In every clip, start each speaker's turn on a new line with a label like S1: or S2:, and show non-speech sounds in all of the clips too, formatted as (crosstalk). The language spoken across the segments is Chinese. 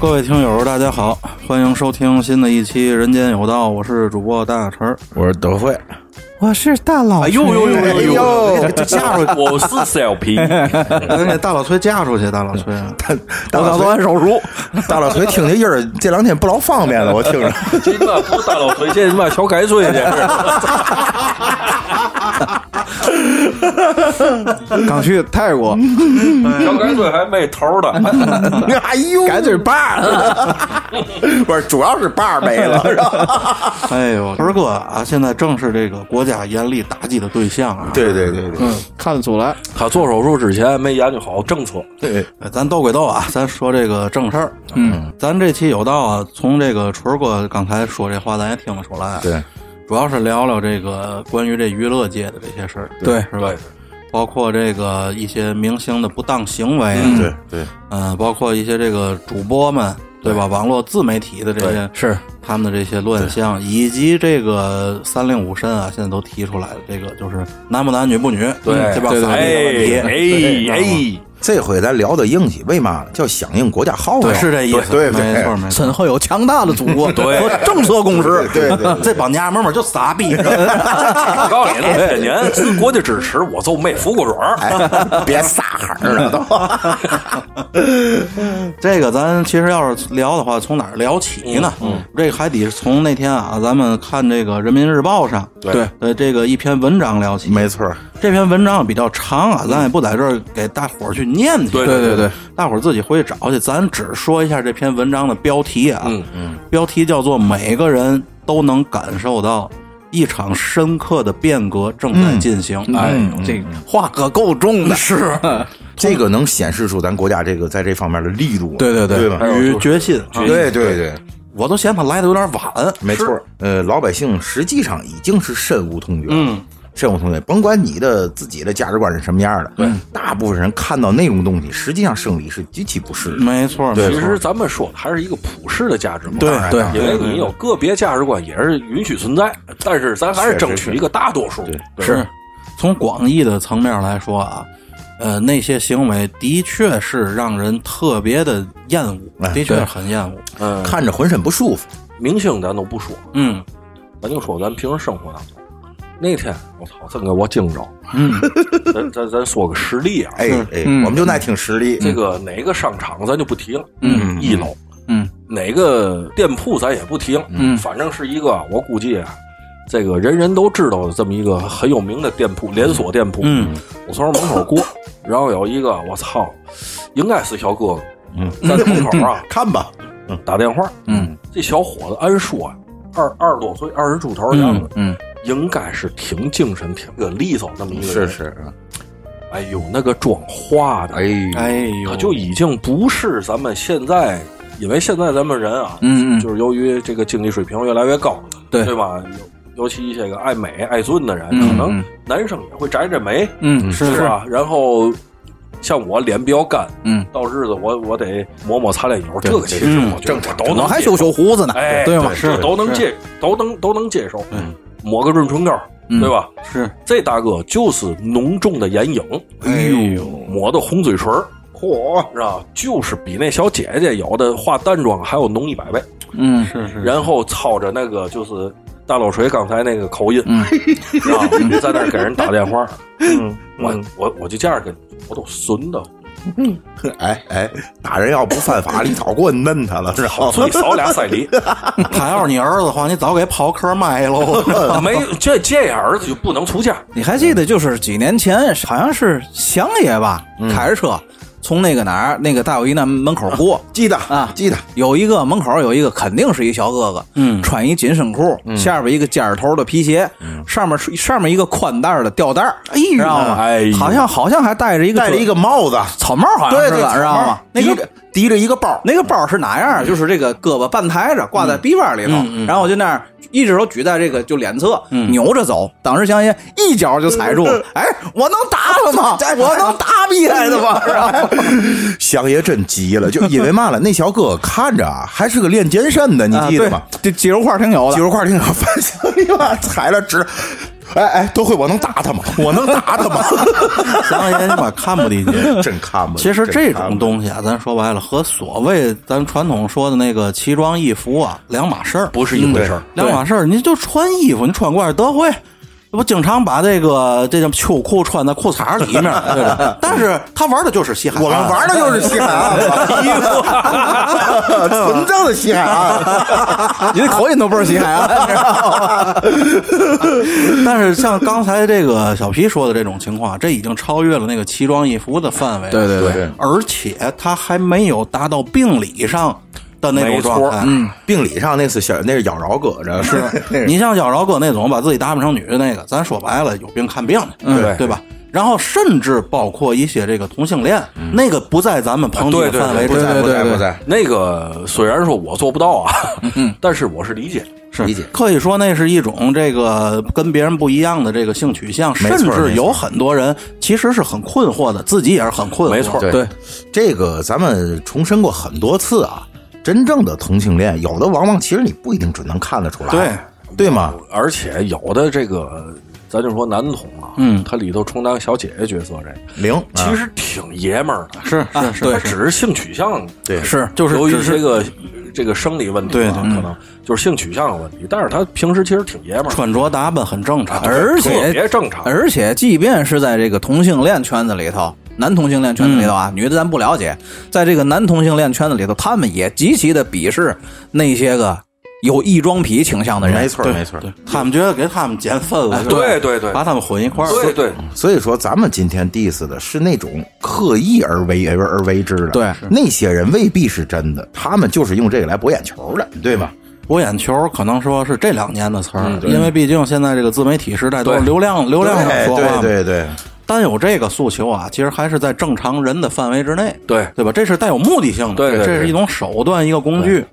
S1: 各位听友，大家好，欢迎收听新的一期《人间有道》，我是主播大陈儿。
S2: 我是德惠，
S3: 我是大老
S4: 哎呦呦呦
S2: 哎
S4: 呦
S2: 呦
S4: 呦！这家伙，我是 CLP，
S1: 咱给大老崔嫁出去，大老崔，
S2: 大老
S3: 做
S2: 崔，
S3: 完手术，
S2: 大老崔听这音儿，这两天不老方便了，我听着。
S4: 这他妈不是大老锤，这他妈小改锤，这是
S3: 刚去泰国，
S4: 小改锤还没头呢。
S2: 哎呦，改嘴把儿，不是，主要是把儿没了，是吧？
S1: 哎呦，儿哥啊，现在正是这个国家严厉打击的对象啊。
S2: 对对对对
S3: 看得出来，
S4: 他做手术之前没研究好政策，
S2: 对，
S1: 哎，咱斗归斗啊，咱说这个正事儿。嗯，咱这期有道啊，从这个锤儿哥刚才说这话，咱也听得出来。啊
S2: 对，
S1: 主要是聊聊这个关于这娱乐界的这些事儿，
S3: 对
S1: 是吧？包括这个一些明星的不当行为啊，
S2: 对对，
S1: 嗯，包括一些这个主播们，对吧？网络自媒体的这些
S3: 是
S1: 他们的这些乱象，以及这个三令五申啊，现在都提出来了。这个就是男不男女不嗯女，对
S4: 对
S1: 对吧？
S4: 对
S1: 法律的问题，
S4: 哎哎哎，
S2: 这回咱聊的硬气，为嘛呢？叫响应国家号召，
S1: 是这意思，
S2: 对对
S1: 没
S2: 对
S1: 错没错。
S3: 身后有强大的祖国
S4: 对
S3: 和政策共识，
S2: 对对
S3: (laughs)
S2: 嗯对，
S1: 这帮家慢慢就傻逼，
S4: 我告诉你，那些年是国家支持，我就没服过软。
S2: 哎别撒喊儿了
S1: (laughs)
S2: 都。
S1: 这个咱其实要是聊的话，从哪儿聊起呢？嗯，这个还得是从那天啊，咱们看这个《人民日报》上
S4: 对
S1: 的这个一篇文章聊起。
S2: 没错儿，
S1: 这篇文章比较长啊，咱也不在这儿给大伙儿去念去。
S4: 对对对对，
S1: 大伙儿自己回去找去。咱只说一下这篇文章的标题啊，
S4: 嗯
S1: 嗯，标题叫做《每个人都能感受到一场深刻的变革正在进行》。哎，
S3: 嗯，这话可够重的，是，
S2: 这个能显示出咱国家这个在这方面的力度，
S3: 对对对
S2: 对吧？
S1: 与决心啊，
S2: 对对对，
S1: 我都嫌他来的有点晚。
S2: 没错儿，呃，老百姓实际上已经是深恶痛绝，嗯，深恶痛绝。甭管你的自己的价值观是什么样的，对，大部分人看到那种东西，实际上生理是极其不适
S3: 嗯
S2: 的。
S1: 没错，
S2: 对
S1: 没
S4: 其
S1: 错
S4: 实咱们说的还是一个普世的价值观，
S2: 当然
S3: 对
S2: 当然
S4: 因为你有个别价值观也是允许存在，但是咱还是争取一个大多数。对
S1: 是从广义的层面来说啊，呃，那些行为的确是让人特别的厌恶，的确很厌恶。
S4: 嗯，
S2: 看着浑身不舒服，
S4: 明星咱都不说，
S1: 嗯
S4: 咱就说咱平时生活当中。那天我操，真给我惊着。
S1: 嗯，
S4: 咱咱咱说个实例啊，
S2: 哎哎，
S3: 嗯
S2: 我们就爱听实力，
S4: 这个哪个商场咱就不提了，嗯，一楼，
S1: 嗯，
S4: 哪个店铺咱也不提了，嗯，反正是一个我估计啊，这个人人都知道的这么一个很有名的店铺，连锁店铺，
S1: 嗯，
S4: 我从门口过，然后有一个我操，应该是小哥哥，嗯，在门口啊
S2: 看吧，
S4: 打电话，
S1: 嗯，
S4: 这小伙子按说啊，二二十多岁，二十出头的样子，
S1: 嗯嗯
S4: 应该是挺精神、挺个利索那么一个人，
S2: 是，
S3: 嗯
S4: 哎呦，那个妆化的，
S2: 哎
S1: 哎呦，
S4: 他就已经不是咱们现在，因为现在咱们人啊，
S1: 嗯嗯
S4: 就是由于这个经济水平越来越高，
S1: 对
S4: 对吧？尤尤其一些个爱美爱俊的人，
S1: 嗯
S4: 可能
S1: 嗯
S4: 男生也会摘摘眉，
S1: 嗯是
S4: 是吧？然后像我脸比较干，
S1: 嗯，
S4: 到日子我我得抹抹擦脸油，这个其实
S1: 嗯
S4: 我觉得我都
S3: 我
S4: 能
S3: 还
S4: 接受
S3: 修，修胡子呢，
S4: 哎，
S3: 对吗？
S4: 这都能接，都能都能接受，
S1: 嗯
S4: 抹个润唇膏，对吧？
S1: 是
S4: 这大哥就是浓重的眼影，
S1: 哎呦，
S4: 抹的红嘴唇儿，嚯，是吧？就是比那小姐姐有的化淡妆还要浓一百倍，
S1: 嗯是是，
S4: 然后操着那个就是大老锤刚才那个口音，
S1: 嗯
S4: 是吧？在那儿给人打电话，嗯，我我我就这样跟，我都损的，
S2: 哎哎，打人要不犯法，你早给我弄他了，是吧？
S4: 所以少俩塞梨，
S1: 他要是你儿子的话，你早给刨壳卖喽。
S4: 没这这样儿子就不能出家，
S3: 你还记得就是几年前，好像是祥爷吧，开着车从那个哪儿，那个大友一那门口过，
S2: (laughs) 记得
S3: 啊 (laughs)
S2: 记得，
S3: 有一个门口有一个肯定是一小哥哥，嗯，穿一紧身裤，
S2: 嗯
S3: 下边一个尖儿头的皮鞋，上面上面一个宽带儿的吊带儿，哎知道吗？
S4: 哎呦
S3: 好像好像还戴着一个
S2: 戴着一个帽子，
S3: 草帽，好像
S2: 对
S3: 是
S2: 对，
S3: 吧？知道吗？那
S2: 提
S3: 个
S2: 着提着一个嗯包，
S3: 那个包是哪样？啊就是这个胳膊半抬着，
S2: 嗯
S3: 挂在臂弯里头，然后我就那样一只手举在这个就脸侧，
S2: 嗯
S3: 扭着走。当时香爷一脚就踩住了，哎，我能打
S1: (laughs)
S3: 他吗？我能打比他
S2: (laughs)
S3: 的吗？是吧
S2: 香爷真急了，就因为嘛了，那小哥哥看着啊，还是个练健身的，你
S3: 啊
S2: 记得
S3: 对
S2: 吗？？
S3: 这肌肉块儿挺有的
S2: (laughs) 肌，肉块挺好，范小一把踩了直，哎哎，都会，我能打他吗？我能打他吗？
S1: 想想也他妈看不理解。
S2: (laughs) 真看不得。
S1: 其实
S2: 真
S1: 这
S2: 看
S1: 种
S2: 不得
S1: 东西啊，咱说白了，和所谓咱传统说的那个奇装异服啊，两码事儿，嗯
S4: 不是一回事儿。
S1: 两码事儿。你就穿衣服，你穿惯了得会。我经常把这个这叫秋裤穿在裤衩儿里面，对 (laughs) 吧但是他玩的就是啊西海岸，
S2: 我们玩的就是西海 (laughs) 岸，纯正的啊西海岸。
S3: 你的口音都倍儿西
S2: (laughs)
S3: 海岸，
S1: 但是像刚才这个小皮说的这种情况，啊这已经超越了那个奇装异服的范围。
S3: 对对对
S2: 对
S1: 而且他还没有达到病理上的那种
S4: 没错
S1: 状态。嗯，
S2: 病理上那次小那是咬饶搁着，是
S1: 你像小饶哥那种把自己打扮成女的那个，咱说白了，有病看病去，
S2: 嗯
S4: 对
S1: 对吧？然后甚至包括一些这个同性恋，
S2: 嗯
S1: 那个不在咱们
S2: 啊
S1: 抨击
S4: 对
S1: 的
S4: 对
S1: 范围之
S2: 不
S1: 内。
S2: 在不在不在，
S4: 那个虽然说我做不到啊，但是我是理解。
S1: 是
S2: 理解
S1: 可以说那是一种这个跟别人不一样的这个性取向，
S2: 没
S1: 甚
S2: 错
S1: 至
S2: 没错
S1: 有很多人其实是很困惑的，自己也是很困惑。
S4: 没错
S2: 对
S3: 对
S2: 这个咱们重申过很多次啊。真正的同性恋，有的往往其实你不一定准能看得出来，
S1: 对
S2: 对吗？
S4: 而且有的这个，咱就说男同啊，嗯，他里头充当小姐姐角色，这
S2: 零
S4: 其实挺爷们儿的，
S1: 是是
S4: 他
S1: 啊是
S4: 只是性取向，
S2: 对
S1: 是，就是
S4: 由于
S1: 只是
S4: 这个这个生理问题吧，
S1: 对嗯对
S4: 可能就是性取向的问题。但是他平时其实挺爷们儿的，
S1: 穿着打扮很正常，
S2: 啊
S3: 而且
S4: 特别正常
S3: 啊而且，即便是在这个同性恋圈子里头，男同性恋圈子里头
S1: 嗯
S3: 啊，女的咱不了解，在这个男同性恋圈子里头，他们也极其的鄙视那些个有异装癖倾向的人。
S2: 没错啊没错。啊
S1: 对他们觉得给他们减分了，
S4: 对对对
S1: 把他们混一块儿，
S4: 对对，
S2: 所以说，咱们今天 diss 的是那种刻意而为而而为之的，
S3: 对
S2: 那些人未必是真的，他们就是用这个来博眼球的，对吧？
S1: 博眼球可能说是这两年的词儿，因为毕竟现在这个自媒体时代都是流量流量上
S2: 哎
S1: 说话嘛。
S2: 对对对，
S1: 单有这个诉求啊，其实还是在正常人的范围之内，
S4: 对
S1: 对吧？这是带有目的性的，
S4: 对对对
S1: 这是一种手段，一个工具。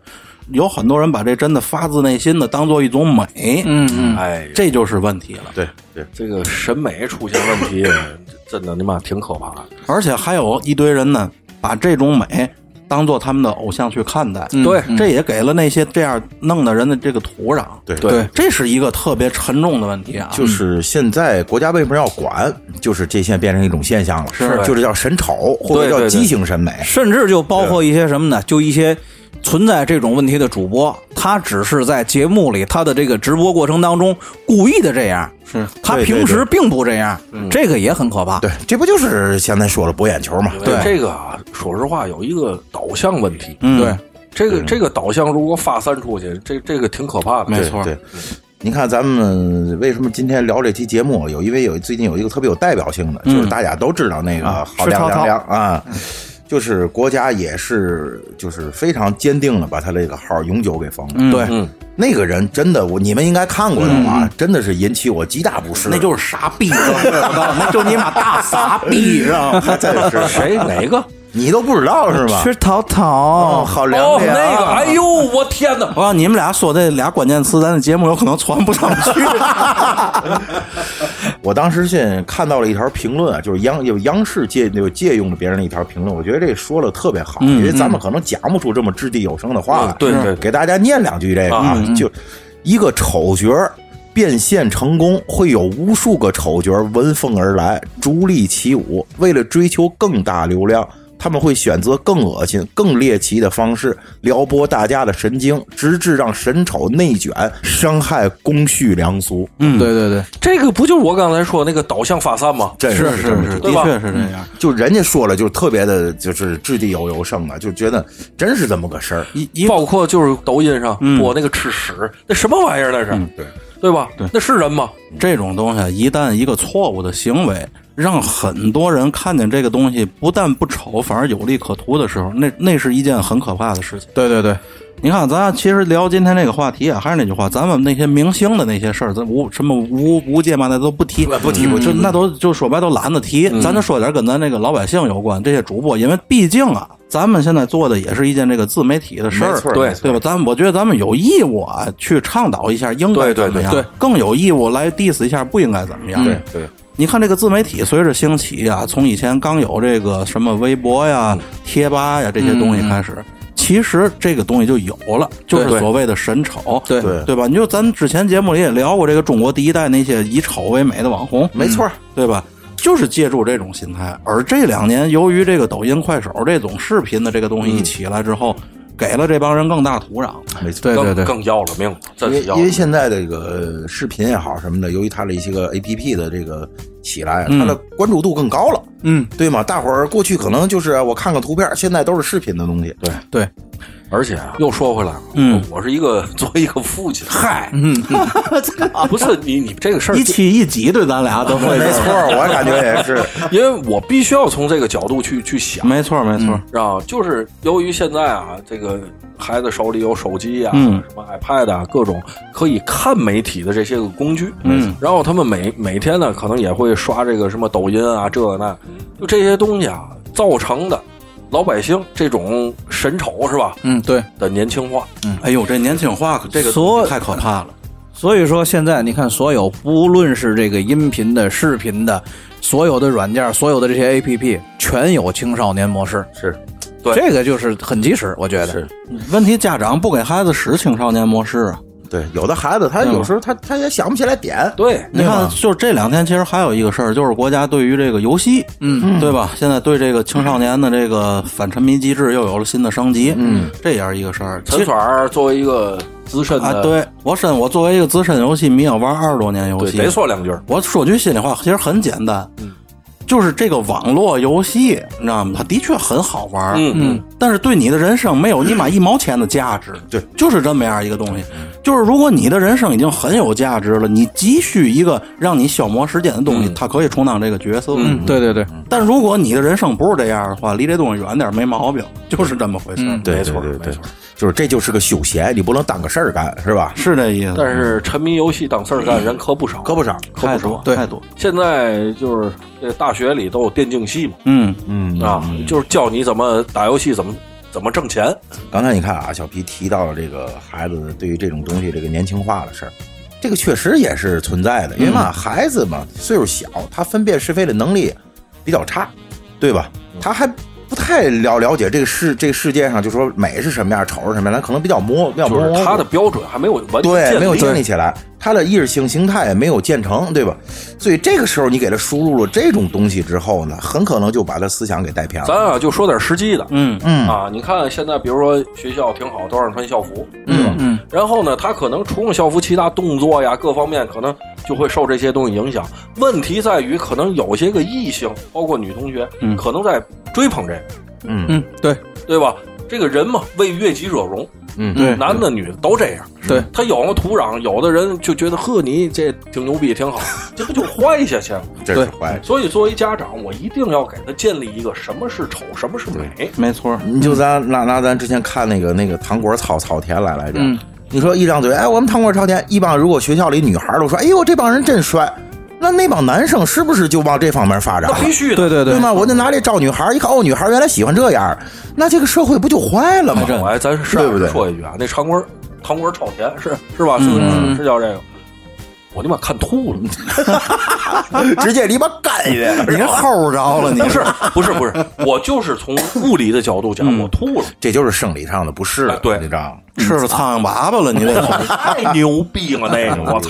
S1: 有很多人把这真的发自内心的当做一种美，嗯嗯，
S4: 哎，
S1: 这就是问题了。
S2: 对对，
S4: 这个审美出现问题， (laughs) 真的你妈挺可怕的。
S1: 而且还有一堆人呢，把这种美当做他们的偶像去看待，
S4: 对
S1: 这也给了那些这样弄的人的这个土壤。
S2: 对
S4: 对
S1: 这是一个特别沉重的问题啊。
S2: 就是现在国家为什么要管？就是这现在变成一种现象了，是就是叫审丑或者
S4: 对
S2: 叫
S4: 对对
S2: 畸形审美，
S3: 甚至就包括一些什么呢？就一些存在这种问题的主播，他只是在节目里他的这个直播过程当中故意的这样，
S1: 是
S3: 他
S2: 对对
S3: 平时并不这样，
S1: 嗯
S3: 这个也很可怕。
S2: 对，这不就是现在说了博眼球嘛？
S4: 因为这个啊，说实话有一个导向问题，嗯，
S3: 对
S4: 这个这个导向如果发散出去，这这个挺可怕的。
S1: 没
S2: 对
S1: 错
S2: 对。您看，咱们为什么今天聊这期节目？有因为有最近有一个特别有代表性的，就是大家都知道那个好
S1: 是
S2: 凉
S1: 曹操
S2: 凉凉啊，就是国家也是就是非常坚定的把他这个号永久给封了。
S3: 对
S4: 嗯，
S2: 那个人真的，我你们应该看过的话，真的是引起我极大不适。
S1: 那就是傻逼，知道吗
S3: (laughs)
S1: 那就你妈大傻
S2: (laughs)
S1: 逼，知道吗？
S2: 他真的是
S1: (laughs)
S4: 谁哪个？
S2: 你都不知道是吧？
S3: 吃桃桃
S2: 哦，，好凉
S4: 哦，
S2: 凉。
S4: 那个，哎呦，我天哪！
S1: 我告诉你们俩说这俩关键词，咱的节目有可能传不上去。
S2: 我当时先看到了一条评论啊，就是央有央视借就借用了别人的一条评论，我觉得这说了特别好，因为咱们可能讲不出这么掷地有声的话来
S4: 嗯。对对
S2: 给大家念两句这个啊，就一个丑角儿变现成功，会有无数个丑角儿闻风而来，逐利起舞，为了追求更大流量。他们会选择更恶心、更猎奇的方式撩拨大家的神经，直至让神丑内卷，伤害公序良俗。
S3: 嗯， (laughs) 对对对，
S4: 这个不就是我刚才说那个导向发散吗？
S2: 真是
S1: 是
S2: 这么
S1: 是，
S4: 对
S1: 的
S4: 吧
S1: 确是这样。
S2: 就人家说了，就特别的，就是掷地有有声啊，就觉得真是这么个事儿。
S1: 嗯一一
S4: 包括就是抖音上播那个吃屎，那什么玩意儿那是？
S2: 对，
S4: 对吧？那是人吗？
S1: 这种东西，啊一旦一个错误的行为让很多人看见这个东西，不但不丑，反而有利可图的时候，那那是一件很可怕的事情。
S3: 对对对，
S1: 你看，咱其实聊今天这个话题啊，还是那句话，咱们那些明星的那些事儿，咱无什么无无界嘛，那都不提，不提，不提，那都就说白都懒得提。咱就说点跟咱这个老百姓有关，这些主播，因为毕竟啊，咱们现在做的也是一件这个自媒体的事
S2: 没
S1: 儿
S2: 错，
S4: 对
S2: 没错
S1: 对吧？咱我觉得咱们有义务啊，去倡导一下应该
S4: 对对
S1: 怎么样，
S4: 对
S1: 更有义务来 diss 一下不应该怎么样。对
S2: 对，
S1: 你看这个自媒体随着兴起啊，从以前刚有这个什么微博呀、贴吧呀这些东西开始，其实这个东西就有了，就是
S3: 对
S1: 所谓的神丑，
S3: 对
S2: 对
S1: 对吧？你就咱之前节目里也聊过这个中国第一代那些以丑为美的网红，
S2: 没错儿，
S1: 对吧？就是借助这种心态，而这两年由于这个抖音、快手这种视频的这个东西一起来之后，给了这帮人更大土壤。
S2: 没错。
S3: 对对对，
S4: 更要了命了，
S2: 因
S4: 真
S2: 为
S4: 是要了
S2: 因为
S4: 命。
S2: 现在嗯这个呃视频也好什么的，由于它的一些个 A P P 的这个起来，它的关注度更高了，
S3: 嗯，
S2: 对吗？大伙儿过去可能就是我看个图片，现在都是视频的东西，对，
S3: 对，
S4: 而且啊又说回来了，
S1: 嗯
S4: 我是一个作为一个父亲，嗨， (laughs) 不是你你这个事儿
S1: 一，期一集，对咱俩都会
S2: 没错，我感觉也 (laughs) 是，
S4: 因为我必须要从这个角度去去想，
S1: 没错，没错。
S4: 啊，就是由于现在啊，这个孩子手里有手机啊，
S1: 嗯
S4: 什么 iPad 啊，各种可以看媒体的这些个工具，
S1: 嗯，
S4: 然后他们每每天呢，可能也会刷这个什么抖音啊，这个那，就这些东西啊，造成的老百姓这种神丑是吧
S3: 嗯对。
S4: 的年轻化，
S1: 哎呦，这年轻化可这个
S3: 所
S1: 太可怕了。
S3: 所以说，现在你看，所有不论是这个音频的、视频的，所有的软件、所有的这些 APP，全有青少年模式。
S2: 是
S4: 对
S3: 这个就是很及时，我觉得。
S2: 是
S1: 问题家长不给孩子使青少年模式啊。
S2: 对，有的孩子他有时候他他也想不起来点，
S4: 对，
S1: 你
S2: 对
S1: 看，
S2: 吧
S1: 就是这两天，其实还有一个事儿，就是国家对于这个游戏，嗯，对吧？现在对这个青少年的这个反沉迷机制又有了新的升级，嗯，这也是一个事儿。
S4: 陈
S1: 其实
S4: 爽儿作为一个资深的，
S1: 啊，对我身我作为一个资深游戏迷，我玩二十多年游
S4: 对，
S1: 戏，
S4: 得说两句儿，
S1: 我说句心里话，其实很简单，就是这个网络游戏，你知道吗？它的确很好玩儿，
S4: 嗯
S1: 嗯，但是对你的人生没有你妈一毛钱的价值，
S2: 对，
S1: 就是这么样一个东西。就是如果你的人生已经很有价值了，你急需一个让你消磨时间的东西，它可以充当这个角色。
S3: 嗯，对对对，
S1: 但如果你的人生不是这样的话，离这东西远点儿没毛病，就是这么回事儿，
S3: 嗯
S2: 对
S4: 没错
S2: 对对
S4: 没错，
S2: 就是这就是个休闲，你不能当个事儿干，是吧？
S1: 是这意思。
S4: 但是沉迷游戏当事儿干人可不少，
S2: 可不少，
S1: 嗯太多
S3: 对
S1: 太多，
S4: 现在就是这大学里都有电竞系嘛，
S1: 嗯，
S2: 嗯
S4: 啊，就是教你怎么打游戏，怎么怎么挣钱。
S2: 刚才你看啊，小皮提到了这个孩子对于这种东西这个年轻化的事儿，这个确实也是存在的，因为
S4: 嗯
S2: 嘛，孩子嘛岁数小，他分辨是非的能力比较差，对吧？
S4: 嗯
S2: 他还不太了了解这个世这个世界上就说美是什么样，丑是什么样，他可能比较模比较
S4: 就
S2: 模
S4: 是
S2: 糊。
S4: 他的标准还没有完全建
S2: 对，
S4: 立
S2: 没有建立起来，他的意识形形态也没有建成，对吧？所以这个时候你给他输入了这种东西之后呢，很可能就把他思想给带偏
S4: 咱
S2: 了。
S4: 啊就说点实际的，
S1: 嗯
S2: 嗯
S4: 啊，你看现在比如说学校挺好，都让穿校服，对吧？
S3: 嗯
S4: 然后呢，他可能除了校服，其他动作呀各方面可能就会受这些东西影响。问题在于，可能有些个异性，包括女同学，
S1: 嗯
S4: 可能在追捧这个，
S2: 嗯
S3: 嗯，对
S4: 对吧？这个人嘛，为悦己者容，
S2: 嗯，
S1: 对
S4: 男的女的都这样。
S3: 对，
S4: 他有了土壤，有的人就觉得呵，你这挺牛逼，挺好，这不就坏下去了？
S2: 这
S3: 对
S2: 是坏的。
S4: 所以作为家长，我一定要给他建立一个什么是丑，什么是美。
S1: 没错儿，
S2: 你就咱拿拿咱之前看那个那个糖果草草田来来着，
S3: 嗯
S2: 你说一张嘴，哎，我们糖果草田，一帮如果学校里女孩都说，哎呦，这帮人真帅，那那帮男生是不是就往这方面发展
S4: 那
S2: 了？
S4: 必须的，
S3: 对对
S2: 对吗？我就拿这招女孩，一看哦，女孩原来喜欢这样，那这个社会不就坏了吗？
S4: 我还哎咱是
S2: 对不对
S4: 说一句啊，那长官糖官朝田是是吧？是是是叫这个，我他妈看吐了。 (laughs)
S2: 直接离妈干去！
S1: 你是齁着了，你
S4: 不是不是不是，我就是从物理的角度讲，我吐了，
S2: 这就是生理上的不适了，
S4: 哎对
S2: 你知道吗？
S1: 吃了苍蝇粑粑了，你这。
S4: 太牛逼了那个，我操！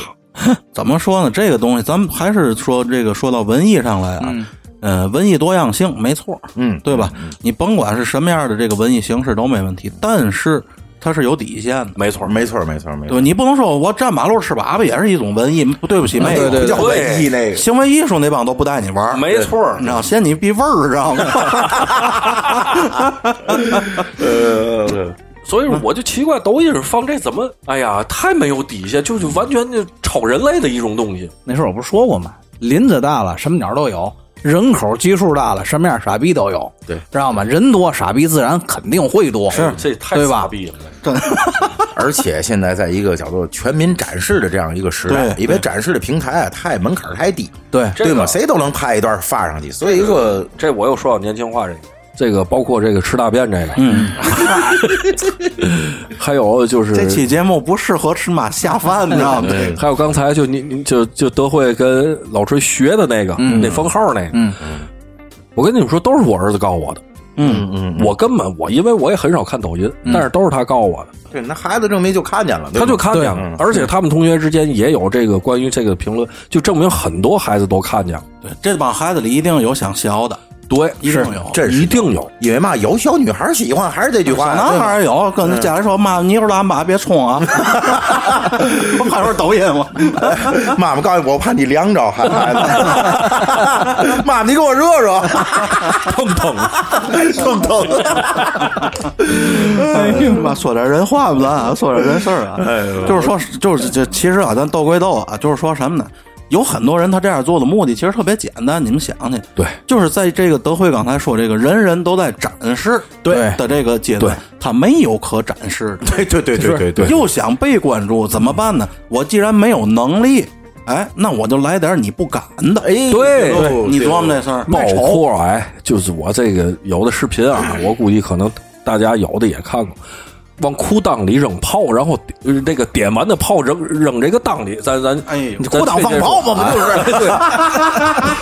S1: 怎么说呢？这个东西，咱们还是说这个说到文艺上来啊。嗯呃，文艺多样性没错，
S2: 嗯
S1: 对吧？你甭管是什么样的这个文艺形式都没问题，但是它是有底线的，
S4: 没错，
S2: 没错，没错，没
S1: 对
S2: 错
S1: 吧？，你不能说我站马路吃粑粑也是一种文艺，不对不起，没有，
S3: 对
S2: 不
S3: 对
S2: 叫文艺那个。
S1: 行为艺术那帮都不带你玩儿，
S4: 没错
S1: 你知道，嫌你逼味儿，知道吗？
S2: 呃，
S4: 所以我就奇怪，抖音上放这怎么？哎呀，太没有底线，就是完全就超人类的一种东西。
S3: 那时候我不是说过吗？林子大了，什么鸟都有；人口基数大了，什么样傻逼都有。
S2: 对
S3: 知道吗？人多，傻逼自然肯定会多。
S4: 哎呦这太
S3: 对吧
S4: 傻逼了。
S2: 而且现在在一个叫做全民展示的这样一个时代，
S1: 对
S2: 因为展示的平台啊太门槛儿太低，
S3: 对，
S4: 这个
S2: 对吗？谁都能拍一段发上去，所以说
S4: 这我又说到年轻化这个，这个包括这个吃大便这个，嗯， (laughs) 还有就是
S1: 这期节目不适合吃马下饭，你知道吗？
S4: 还有刚才就你你就就德惠跟老锤学的那个、那封号那个，嗯，我跟你们说，都是我儿子告我的。
S1: 嗯
S2: 嗯，
S4: 我根本我因为我也很少看抖音，但是都是他告我的，
S2: 对，那孩子证明就看见了，对吧
S4: 他就看见
S2: 对
S4: 了
S2: 嗯，
S4: 而且他们同学之间也有这个关于这个评论，就证明很多孩子都看见了，
S1: 对，这帮孩子里一定有想学的，
S4: 对，
S1: 一定有。
S2: 这是
S4: 一定有。
S2: 因为嘛，有小女孩喜欢，还是这句话，
S1: 小男孩儿有，跟家里说妈，你一会儿拉粑别冲啊！我拍会儿抖音我。
S2: 对妈妈告诉我，我怕你凉着，孩子， (laughs) 妈妈你给我热热，
S4: 砰砰，
S2: 疼疼，
S1: 哎呀 (laughs) 妈，说点人话吧，咱说点人事儿啊。
S2: 哎
S1: 就是说，就是这，其实啊，咱斗归斗啊，就是说什么呢？有很多人他这样做的目的其实特别简单，你们想去，
S4: 对，
S1: 就是在这个德惠刚才说这个人人都在展示
S4: 对
S1: 的这个阶段，他没有可展示的，
S2: 对对对对对对，
S1: 又想被关注，怎么办呢？我既然没有能力，哎，那我就来点你不敢的。哎，
S4: 对
S2: 对
S1: 你琢磨这事儿，
S4: 包括哎，就是我这个有的视频啊，我估计可能大家有的也看过，往裤裆里扔炮，然后呃那个点完的炮扔扔这个裆里，咱咱
S1: 哎呦
S4: 咱
S3: 裤裆
S4: 这
S3: 放炮嘛
S4: 哎 (laughs) 对，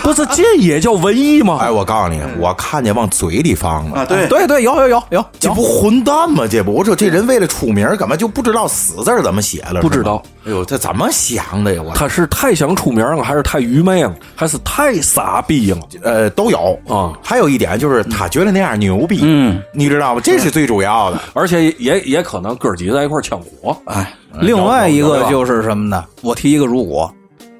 S4: 不是这也叫文艺
S2: 哎，
S4: 吗？
S2: 我告诉你，我看见往嘴里放
S1: 啊，
S2: 了。
S1: 对，
S3: 对对，有有有有
S2: 这不混蛋吗？这不，我说这人为了出名，根本就不知道“死”字儿怎么写了，
S4: 不
S2: 是
S4: 知
S2: 吗
S4: 道。
S2: 哎呦，这怎么想的呀？我
S4: 他是太想出名了，还是太愚昧了，还是太傻逼了？
S2: 呃都有
S4: 啊
S2: 还有一点就是他觉得那样牛逼，
S1: 嗯，
S2: 你知道吗？这是最主要的。
S4: 而且也也可能哥儿几个在一块儿呛火， (laughs)
S1: 哎，
S3: 另外一个就是什么呢？我提一个，如果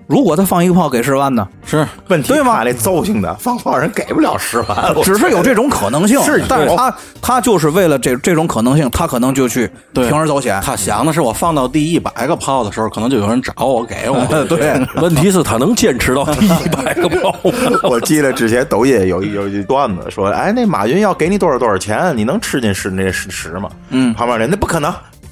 S3: 如果他放一个炮给十万呢，
S1: 是
S2: 问题对吗？那揍性的放炮人给不了十万， (laughs) 我
S3: (laughs) 只是有这种可能性，
S2: 是
S3: 但是
S2: 有
S3: 他他就是为了这这种可能性，他可能就去
S1: 对
S3: 铤而走险。
S1: 他想的是我放到第一百个炮的时候，可能就有人找我给
S3: (laughs)
S1: 我。
S3: 对，
S4: 问题是，他能坚
S1: (laughs)
S4: 持到第一百个包吗？
S2: 我记得之前抖音有一有一段子说，哎，那马云要给你多少多少钱，你能吃进十那十十吗？嗯，旁边人那不可能。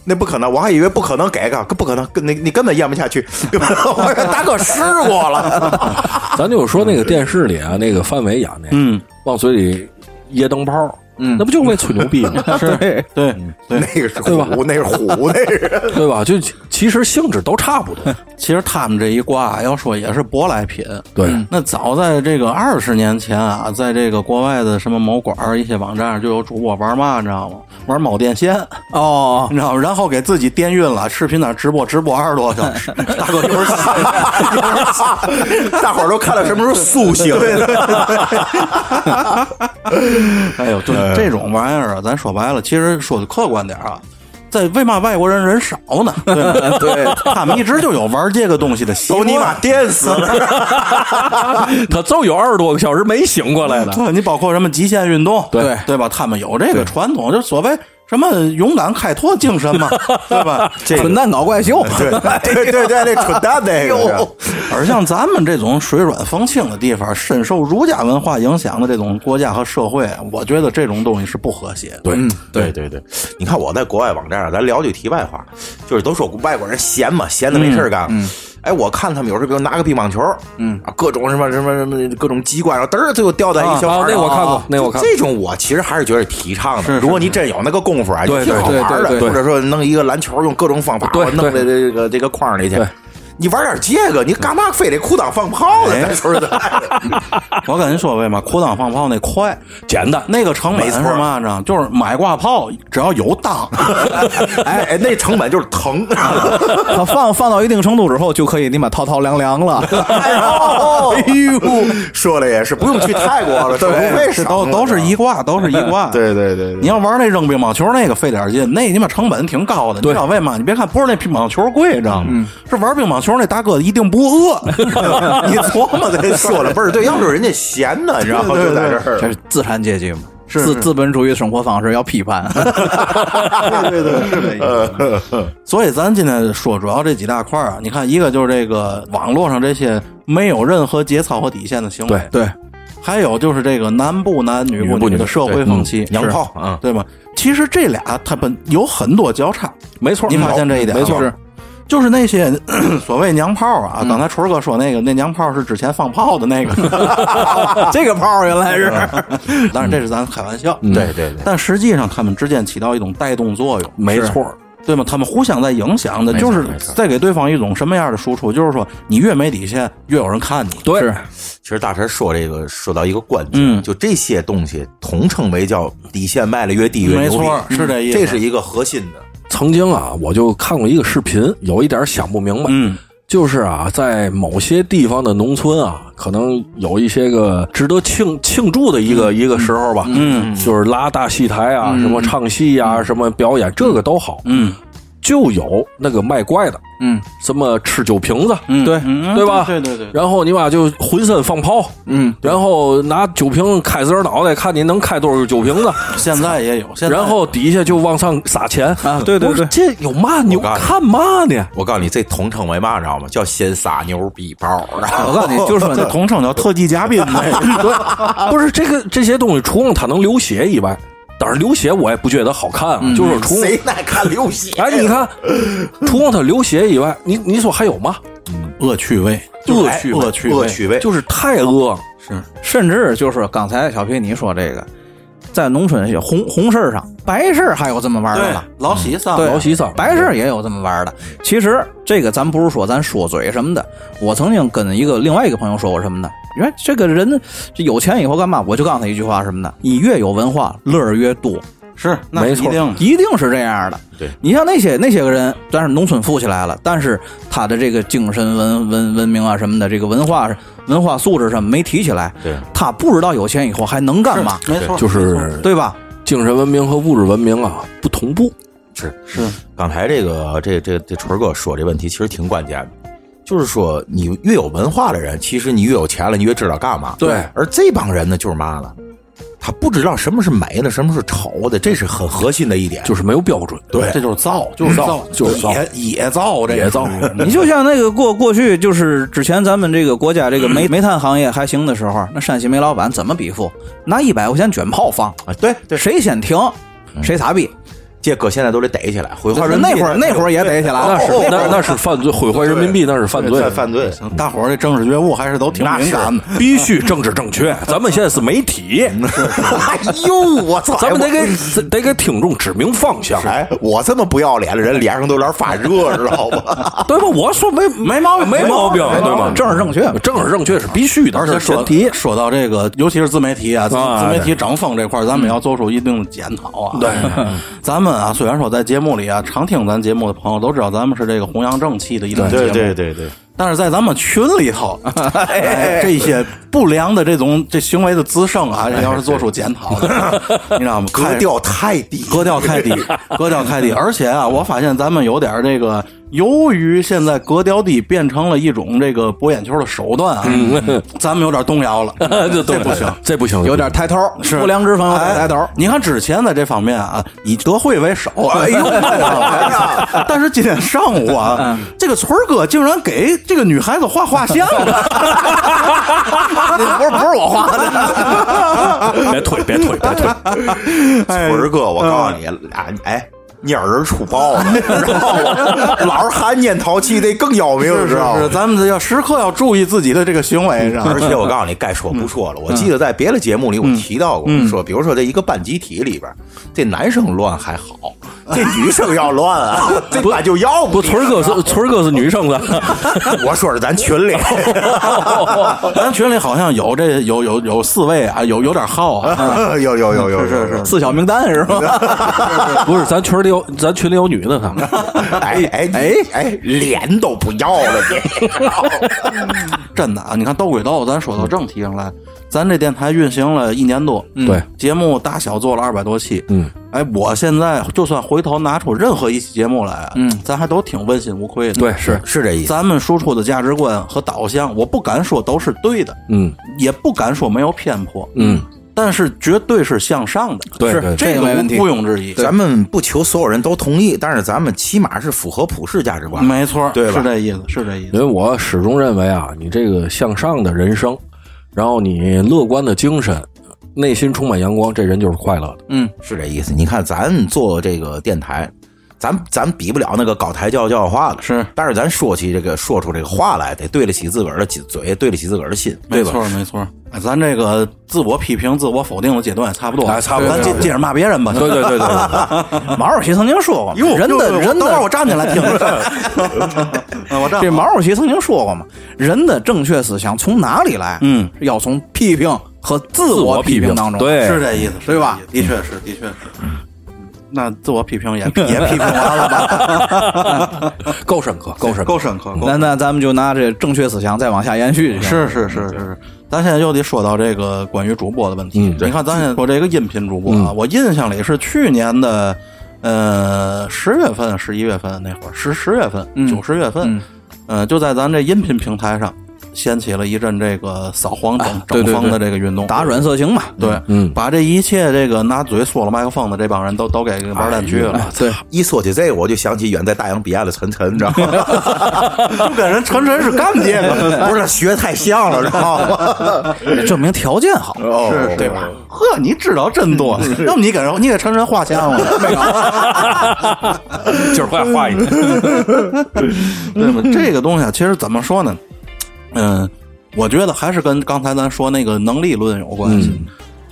S2: 那不可能，我还以为不可能给个，不可能，你你根本咽不下去。 (laughs) 我说大哥试过了，
S4: 咱就说那个电视里啊，那个范伟演那，
S1: 嗯，
S4: 往嘴里掖灯泡，嗯，那不就为吹牛逼吗？
S1: (laughs) 是，对，对，
S2: 那个是
S4: 对吧
S2: 虎，那是虎，那是。
S4: 对吧？就其实性质都差不多，
S1: 其实他们这一挂要说也是舶来品。
S4: 对
S1: 嗯那早在这个二十年前啊，在这个国外的什么某馆儿一些网站上就有主播玩嘛，你知道吗？玩某电线，
S3: 哦，
S1: 你知道吗？然后给自己电晕了，视频在那直播，直播二十多个小时。大哥，一会儿
S2: 大伙儿都看到什么时候苏醒？
S1: 哎呦，就是这种玩意儿啊，咱说白了，其实说的客观点儿啊。在为嘛外国人人少呢？对 (laughs) 吧他们一直就有玩这个东西的习
S2: 都
S1: 惯。
S2: 尼玛电死了！
S4: 他就有二十多个小时没醒过来的。
S1: 对，你包括什么极限运动，
S3: 对
S1: 对吧？他们有这个传统，就所谓什么勇敢开拓精神嘛，对吧？
S2: 这
S3: 蠢蛋搞怪秀，
S2: 对对对对，那蠢蛋
S4: (laughs) 哎
S2: 那个是。
S1: 而像咱们这种水软风轻的地方，深受儒家文化影响的这种国家和社会，我觉得这种东西是不和谐的。
S4: 嗯对，
S2: (laughs) 对对对，你看我在国外网站上，咱聊句题外话，就是都说外国人闲嘛，闲的没事儿干。
S4: 嗯
S2: 哎，我看他们有时候，比如拿个乒乓球，嗯，啊，各种什么什么什么各种机关，然后嘚儿最后掉在一小孩
S4: 啊
S2: 儿
S4: 那我看过
S2: 啊
S4: 那我看过
S2: 这种我其实还是觉得提倡的。如果你真有那个功夫啊，
S4: 对
S2: 也挺好
S4: 对
S2: 玩
S4: 对
S2: 的，
S4: 对
S2: 或者说弄一个篮球，用各种方法
S4: 对
S2: 我弄在
S4: 对
S2: 这个这个框里去
S4: 对。
S2: 你玩点这个，你干嘛非得裤裆放炮呢？
S4: 哎
S2: 咱说实在
S4: (laughs)
S2: 的，
S1: 我跟您说为嘛裤裆放炮那快，
S4: 简单，
S1: 那个成本是嘛呢？就是买挂炮，只要有裆，
S2: 哎哎，那成本就是
S4: (laughs)
S2: 疼。
S3: (laughs) 他放放到一定程度之后，就可以你妈滔滔凉凉了。
S2: 哎呦，哎呦， (laughs) 说了也是，不用去泰国了，这不为
S1: 是
S2: 啥？
S1: 都都是一挂，都是一挂。。
S2: 对对对
S1: (laughs)
S2: 对
S1: 你要玩那扔乒乓球那个费点劲，那你妈成本挺高的。你知道为嘛？你别看不是那乒乓球贵，知道吗？是玩乒乓球那大哥一定不 (laughs) 饿。你琢磨这事
S2: 说
S1: 儿
S2: 的倍儿对，要不是人家闲呢，你知道吗？
S1: 对对
S2: 就在
S1: 对
S2: 这儿
S3: (laughs) 这。是资产阶级嘛？
S1: 是
S3: 资
S1: 是
S3: 资本主义生活方式要批判。
S1: 对对对，是这意思。所以咱今天说主要这几大块儿啊，你看一个就是这个网络上这些没有任何节操和底线的行为，
S4: 对
S3: 对，
S1: 还有就是这个男不男女
S4: 女
S1: 不
S4: 不
S1: 女的
S4: 女
S1: 社会风气，嗯
S2: 娘
S1: 是
S2: 炮啊
S1: 对吧？其实这俩它本有很多交叉，
S4: 没错，
S1: 您发现这一点了
S4: 没错
S1: 是，就是那些 (clears throat) 咳咳所谓娘炮啊，刚才春儿哥说那个，那娘炮是之前放炮的那个，
S3: 这个炮原来是
S1: (laughs) 当然这是咱开玩笑，
S2: 对对对，
S1: 但实际上他们之间起到一种带动作用，
S4: 没错，
S1: 对吗？他们互相在影响的，
S3: 没
S1: 就
S3: 错
S1: 是
S3: 没错
S1: 在给对方一种什么样的输出？就是说，你越没底线，越有人看你。
S4: 对，
S2: 其实大神说这个说到一个关键，就这些东西统称为叫底线卖的越低越
S1: 没
S2: 牛逼，
S1: 错，是这意思。
S2: 这是一个核心的。
S4: 曾经啊，我就看过一个视频，有一点想不明白，
S1: 嗯，
S4: 就是啊，在某些地方的农村啊，可能有一些个值得庆庆祝的一个、一个时候吧，嗯，就是拉大戏台啊，什么唱戏啊，什么表演，这个都好，
S1: 嗯，
S4: 就有那个卖怪的，
S3: 嗯，
S4: 什么吃酒瓶子，
S1: 嗯，对，
S4: 对吧
S1: 对对对，
S4: 然后你妈就浑身放炮，
S3: 嗯，
S4: 然后拿酒瓶开自个儿脑袋，看你能开多少酒瓶子，
S1: 现在也有。现在
S4: 然后底下就往上撒钱啊
S3: 对对对
S4: 这有嘛牛
S2: 我告诉你
S4: 看嘛呢？
S2: 我告诉你，这统称为嘛，知道吗？叫先撒牛逼包。然后
S3: (laughs) 我告诉你，就是
S1: (laughs)
S3: 说
S1: 这统称叫特技嘉宾呗。
S2: 啊
S4: 对，不是这个这些东西，除了它能流血以外，当然流血我也不觉得好看啊，就是除了
S2: 嗯谁耐看流血？
S4: 哎，你看，除了它流血以外，你你说还有嘛？
S1: (laughs) 恶趣味，哎
S4: 恶趣味
S1: 恶趣
S2: 恶
S1: 味，
S2: 趣味，
S4: 就是太恶，
S3: 甚至就是刚才小皮你说这个，在农村有红红事儿上，白事儿还有这么玩儿
S1: 嗯
S3: 的
S1: 对啊
S3: 了。，
S1: 老喜丧，
S3: 对，
S4: 老喜丧
S3: 白事儿也有这么玩儿的。其实这个咱不是说咱说嘴什么的，我曾经跟一个另外一个朋友说过什么呢？你说这个人这有钱以后干嘛？我就告诉他一句话什么呢？你越有文化，乐儿越多，
S1: 是那
S4: 没
S1: 一
S4: 错
S1: 定
S3: 一定是这样的。
S2: 对
S3: 你像那些那些个人，咱是农村富起来了，但是他的这个精神文文文明啊什么的，这个文化文化素质什么没提起来，
S2: 对
S3: 他不知道有钱以后还能干嘛，
S1: 是没错，
S4: 就
S1: 没错
S4: 是
S3: 对吧？
S4: 精神文明和物质文明啊不同步。
S2: 是
S1: 是
S2: 刚才这个这这这纯儿哥说这问题其实挺关键的，就是说你越有文化的人，其实你越有钱了，你越知道干嘛。
S4: 对
S2: 而这帮人呢，就是嘛了，他不知道什么是美的，什么是丑的，这是很核心的一点。
S4: 就是没有标准，
S2: 对嗯
S1: 这就是造，就是造，
S4: 就是造
S1: 野野造，这个
S4: 也造。
S2: 啊
S3: (laughs) 你就像那个过过去，就是之前咱们这个国家这个
S1: (clears throat)
S3: 煤煤炭行业还行的时候，那山西煤老板怎么比富？拿一百块钱卷炮放，
S2: 啊，对对，
S3: 谁先停，
S1: 嗯
S3: 谁傻逼。
S2: 这搁现在都得逮起来，毁坏人
S3: 那会儿那会儿也逮起来
S4: 那
S3: 了，
S4: 是
S2: 哦
S4: 那那是犯罪，毁坏人民币那是犯罪
S2: 算，犯罪。
S1: 大伙儿这政治觉悟还是都挺敏感的。
S4: 必须政治正确。咱们现在是媒体， (laughs)
S2: 哎呦，我操！
S4: 咱们得给得给听众指明方向，
S2: 哎，我这么不要脸的人，脸上都有点发热，知道吧？
S4: 对吧？我说没没毛 (laughs) 病，没毛病，对吗？
S3: 政治正确。
S4: 政治正确是必须的，
S1: 而且说
S4: (laughs)
S1: 说到这个，尤其是自媒体啊，自
S4: 啊
S1: 自媒体涨风这块儿，咱们要做出一定的检讨啊。
S4: (laughs)
S1: 对，咱们啊，虽然说在节目里啊，常听咱节目的朋友都知道，咱们是这个弘扬正气的一档节目，
S2: 对对，
S1: 但是在咱们群里头，哎这些不良的这种这行为的滋生啊，要是做出检讨的，你知道吗？
S2: 格
S1: 看
S2: 调太低，
S1: 格调太低，格调太低。而且啊，我发现咱们有点儿这个，由于现在格调低变成了一种这个博眼球的手段啊， (laughs) 咱们有点动摇了，
S4: 哎这
S1: 这不行。，
S4: 这不行，
S3: 有点抬头，
S1: 是
S3: 不良之风有点抬头
S1: 哎。你看之前在这方面啊，以德惠为首，哎呦，哎呀但是今天上午啊，这个村儿哥竟然给这个女孩子画画像了，
S3: 不是不是我画的，
S4: 别推，别推，别推，
S1: 哎
S2: 村儿哥，我告诉你，俩哎。蔫儿出豹子，知道吗？老是喊烟淘气，这更要命，
S1: 哎是
S2: 哎知道
S1: 是是，
S2: 吗？
S1: 咱们要时刻要注意自己的这个行为，
S2: (laughs)
S1: 是吧
S2: 而且我告诉你，该说不说了。我记得在别的节目里我提到过，说比如说这一个班集体里边，这男生乱还好，这女生要乱啊，这把就要
S4: 不，村儿哥是村儿哥是女生的，
S2: (laughs) 我说是咱群里，
S1: 咱群里好像有这有有有四位啊，有有点号啊，
S2: 有有有有，是是
S1: 嗯
S3: 四小名单是吧？
S4: 不是咱群里有咱群里有女的，他们
S2: 哎哎哎哎，脸都不要了，你知道吗
S1: 真的啊！你看斗归斗，咱
S2: 嗯
S1: 说到正题上来，咱这电台运行了一年多，
S4: 对
S1: 节目大小做了二百多期，
S4: 嗯，
S1: 哎，我现在就算回头拿出任何一期节目来，嗯，咱还都挺问心无愧的，
S4: 对是，
S2: 是这意思。
S1: 咱们输出的价值观和导向，我不敢说都是对的，
S4: 嗯
S1: 也不敢说没有偏颇，
S4: 嗯，
S1: 但是绝对是向上的，
S4: 对
S1: 是
S4: 对
S1: 这个
S3: 这个没问题
S1: 毋庸置疑，
S2: 咱们不求所有人都同意，但是咱们起码是符合普世价值观。
S1: 没错，
S2: 对吧
S1: 是这意思，是这意
S4: 因
S1: 思，
S4: 为我始终认为啊，你这个向上的人生，然后你乐观的精神，内心充满阳光，这人就是快乐的。
S2: 是这意思。你看，咱做这个电台，咱咱比不了那个高抬轿教化的，
S1: 是
S2: 但是咱说起这个说出这个话来，得对得起自个儿的嘴，对得起自个儿的心，
S1: 没
S2: 对吧？
S1: 错没错。哎咱这个自我批评、自我否定的阶段也差不多了，
S4: 哎差不多
S1: 咱接
S4: 对
S1: 接着骂别人吧。
S4: 对对对对对，
S3: (laughs) 毛主席曾经说过嘛，人
S1: 哟
S3: 的
S1: 我
S3: 人
S1: 等会
S3: 的
S1: 儿我站起来
S3: (laughs)
S1: 听着。啊我站
S3: 这毛主席曾经说过嘛，人的正确思想从哪里来？
S1: 嗯，
S3: 要从批评和自
S4: (laughs) 自我
S3: 批
S4: 批评
S3: 当中。，
S4: 对，
S1: 是这意思，是
S3: 对吧
S1: 这意思的确是，的确是。嗯那自我批评 (laughs) 也也批评完了吧？ (laughs)
S4: 够深刻，够深刻。
S1: 够深刻，够
S3: 那那咱们就拿这正确思想再往下延续。
S1: 是是是是，咱现在又得说到这个关于主播的问题。你看，咱现在说这个音频主播啊，我印象里是去年的，呃，十月份、十一月份那会儿，十十月份、九十月份，嗯、就在咱这音频平台上掀起了一阵这个扫黄
S2: 啊
S1: 整
S3: 对
S1: 整
S3: 对
S1: 风的
S3: 对
S1: 这个运动，
S3: 打软色情嘛？
S2: 嗯
S1: 对，把这一切这个拿嘴缩了麦克风的这帮人都都给玩
S2: 哎
S1: 烂去了，
S3: 对，
S2: 一说起这个，我就想起远在大洋彼岸的陈晨，你知道吗？
S1: 就跟人陈晨是干爹了。
S2: (laughs) 不是学太像了，知道吗？
S3: 证明条件好。
S1: (laughs)
S2: 哦，
S1: 是对吧？呵，你知道真多，要不你给人你给陈晨花钱了，没有？
S4: 今儿快画一个，
S1: 对吧？这个东西啊，其实怎么说呢？嗯，我觉得还是跟刚才咱说那个能力论有关系。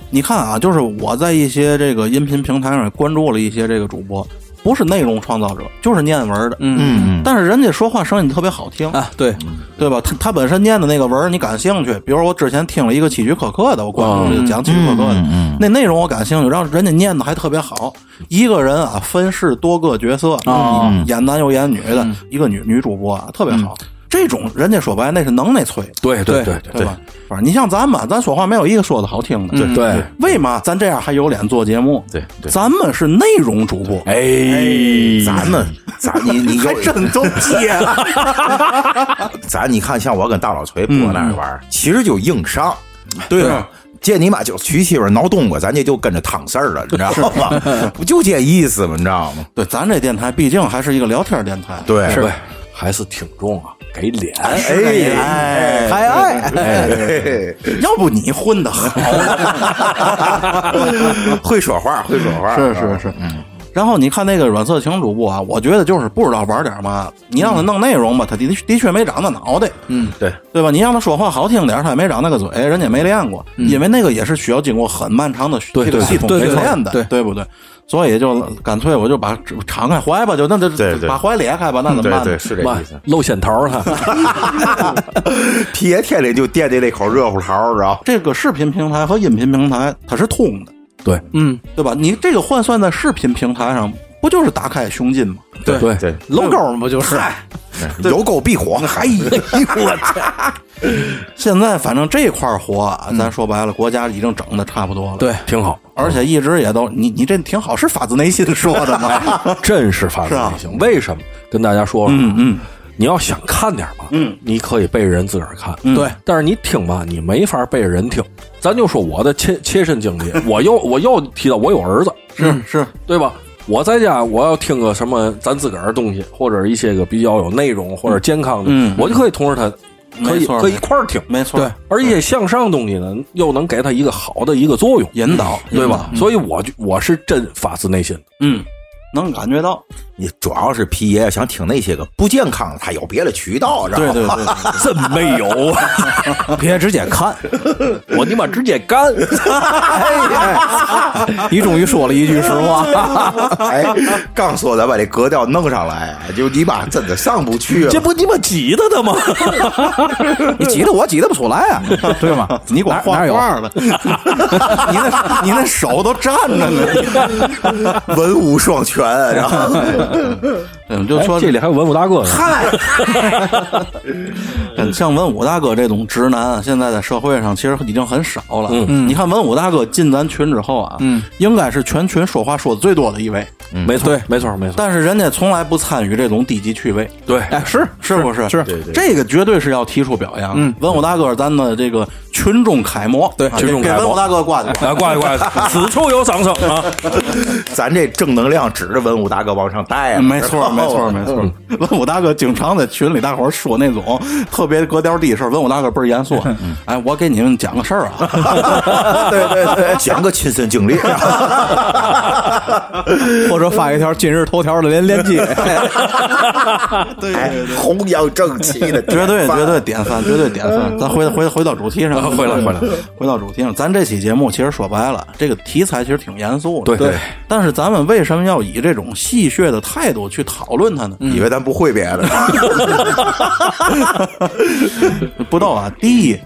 S1: 你看啊，就是我在一些这个音频平台上也关注了一些这个主播，不是内容创造者，就是念文的，
S2: 嗯，
S1: 但是人家说话声音特别好听，
S3: 啊，对，
S1: 对吧？他他本身念的那个文儿你感兴趣，比如我之前听了一个希区柯克的，我关注这个讲希区柯克的，那内容我感兴趣，然后人家念的还特别好。一个人啊，分饰多个角色，演男又演女的，一个女女主播啊，特别好。这种人家说白了那是能耐吹，
S4: (laughs) 对对对
S1: 对吧？反正你像咱们，咱说话没有一个说的好听的，
S4: 对对，
S1: 为嘛咱这样还有脸做节目？
S2: 对对
S1: 咱们是内容主播，
S4: 哎，
S1: 嗯
S2: 咱们，
S1: (laughs)
S2: 咱你你有
S1: 真都接了。啊
S2: (laughs) 咱你看，像我跟大老锤播那玩意
S1: 嗯
S2: 儿，其实就硬上，对
S1: 啊
S2: 吧？这你妈就娶媳妇儿挠冬瓜，咱这就跟着趟事儿了，你知道吗？不就这意思吗？你知道吗？
S1: 对，咱这电台毕竟还是一个聊天电台，
S2: 对，
S4: 对，还是挺重啊，给脸。
S2: 哎
S3: 还爱
S2: 哎，
S1: 要不你混的好。
S2: (laughs) 会说话，会说话，
S1: 是是是，嗯。然后你看那个软色情主播啊，我觉得就是不知道玩点嘛。你让他弄内容吧，他的的确没长那脑袋，嗯，
S2: 对，
S1: 对吧？你让他说话好听点，他也没长那个嘴，人家也没练过，因为那个也是需要经过很漫长的这个
S4: 对
S1: 系统
S3: 对对
S1: 训练的，
S3: 对
S1: 对不对？所以就干脆我就把敞开怀吧，就那就
S2: 对对
S1: 把怀裂开吧，那怎么
S2: 嗯对
S1: 办呢？
S2: 对是这
S4: 妈
S2: 意思。 (laughs)
S4: 露线头儿哈，
S2: 皮爷天天就惦记那口热乎桃，知道？
S1: 这个视频平台和音频平台它是通的，
S4: 对
S3: 嗯，
S1: 对吧？你这个换算在视频平台上，不就是打开胸襟吗？
S4: 对对
S2: 对，
S3: 楼沟嘛不就是？
S2: 有狗必火，哎呀，我操！
S1: 现在反正这块儿活啊，咱说白了，国家已经整的差不多了。
S3: 对，
S4: 挺好，
S1: 而且一直也都，你你这挺好，是发自内心说的吗？
S4: 真是发自内心。为什么？跟大家说说，嗯嗯，你要想看点嘛，嗯，你可以被人自个儿看，
S3: 对，
S4: 但是你听吧，你没法被人听。咱就说我的切切身经历，我又我又提到我有儿子，
S1: (laughs) 是是，
S4: 对吧？我在家我要听个什么咱自个儿的东西，或者一些个比较有内容或者健康的，
S1: 嗯嗯
S4: 我就可以同时他可
S1: 没
S4: 以
S1: 错
S4: 可以一块儿听，
S1: 没错，嗯
S3: 对，
S4: 而且向上东西呢，又能给他一个好的一个作用，嗯
S1: 引导
S4: 对吧？？所以我就我是真发自内
S1: (laughs)
S4: 心的，
S1: 嗯，能感觉到， (laughs)
S2: 你主要是皮爷想听那些个不健康的，他有别的渠道，知道吗？
S1: 对对对，
S4: 真没有，
S3: (laughs) 别直接看。
S4: 我尼玛直接干，
S3: 哎你终于说了一句实 (laughs) 话，
S2: 哎，刚说咱把这格调弄上来，就你妈真的上不去
S4: 这
S2: 了。
S4: 不尼玛急的他吗？
S3: 你挤得我挤得不出来啊，对吗？
S1: 你光
S3: 哪
S1: 画
S3: 哪有
S1: 画了，你那你那手都站着 (laughs) 呢。
S2: 文武双全，然后
S1: 嗯，就说
S4: 这里还有文武大哥呢，
S1: 嗯像文武大哥这种直男啊，现在在社会上其实已经很少了。嗯，你看文武大哥进咱群之后啊，嗯，应该是全群说话说的最多的一位，
S4: 嗯没错，没错，没错，
S1: 但是人家从来不参与这种低级趣味。
S4: 对，
S3: 哎，是
S1: 是不是？
S3: 是
S2: 对对
S1: 这个绝对是要提出表扬。嗯，文武大哥，咱的这个群众楷模，
S3: 对
S1: 啊
S4: 群众
S1: 给
S4: 楷模
S1: 文武大哥挂的
S4: 来哎挂一挂，此处有掌声啊！
S2: 咱这正能量指着文武大哥往上带
S1: (laughs)
S2: 啊。
S1: 没 (laughs) 错，没
S2: (laughs)
S1: 错，没错。嗯文武大哥经常在群里，大伙儿说那种 (laughs) 特别格调低的事儿文武大哥倍儿严肃。哎，我给你们讲个事儿 (laughs) 啊，
S2: 对对对，讲个亲身经历，
S1: 或
S3: 或者发一条今日头条的连链接。 (laughs)
S1: 对
S2: 哎
S1: 对对，，
S2: 弘扬正气的
S1: 绝对
S2: 典范
S1: 绝对典 (laughs) 范，绝对典范。咱回回回到主题上， (laughs) 回来回来，回到主题上。咱这期节目其实说白了，这个题材其实挺严肃的，
S4: 对对。
S1: 但是咱们为什么要以这种戏谑的态度去讨论它呢？
S2: 以为咱不会别的，
S1: 不道啊，第一，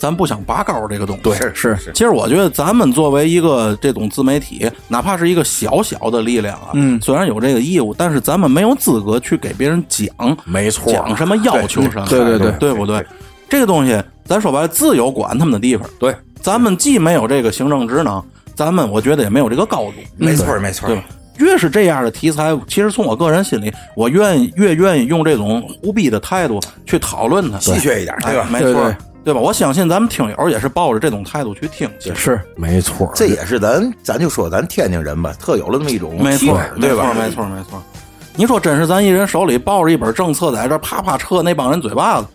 S1: 咱不想拔高这个东西。对，
S3: 是
S1: 其实我觉得咱们作为一个这种自媒体，哪怕是一个小小的力量啊，
S3: 嗯
S1: 虽然有这个义务，但是咱们没有资格去给别人讲，
S4: 没错
S1: 讲什么要求什么，
S3: 对对对
S1: 对不对？这个东西，咱说白了，自有管他们的地方。
S4: 对，
S1: 咱们既没有这个行政职能，咱们我觉得也没有这个高度，
S2: 没错儿没错儿
S1: 对。吧？越是这样的题材，其实从我个人心里，我愿意越愿意用这种胡逼的态度去讨论它，
S2: 戏谑一点，对吧？
S1: 哎没错，
S3: 对对
S1: 吧？我相信咱们听友也是抱着这种态度去听，其实
S4: 是没错，
S2: 这也是咱咱就说咱天津人吧，特有了那么一种
S1: 没
S2: 气
S1: 错
S2: 质，
S1: 没
S2: 对
S1: 错，
S2: 吧？
S1: 没错，没错。你说真是咱一人手里抱着一本政策，在这啪啪撤那帮人嘴巴子，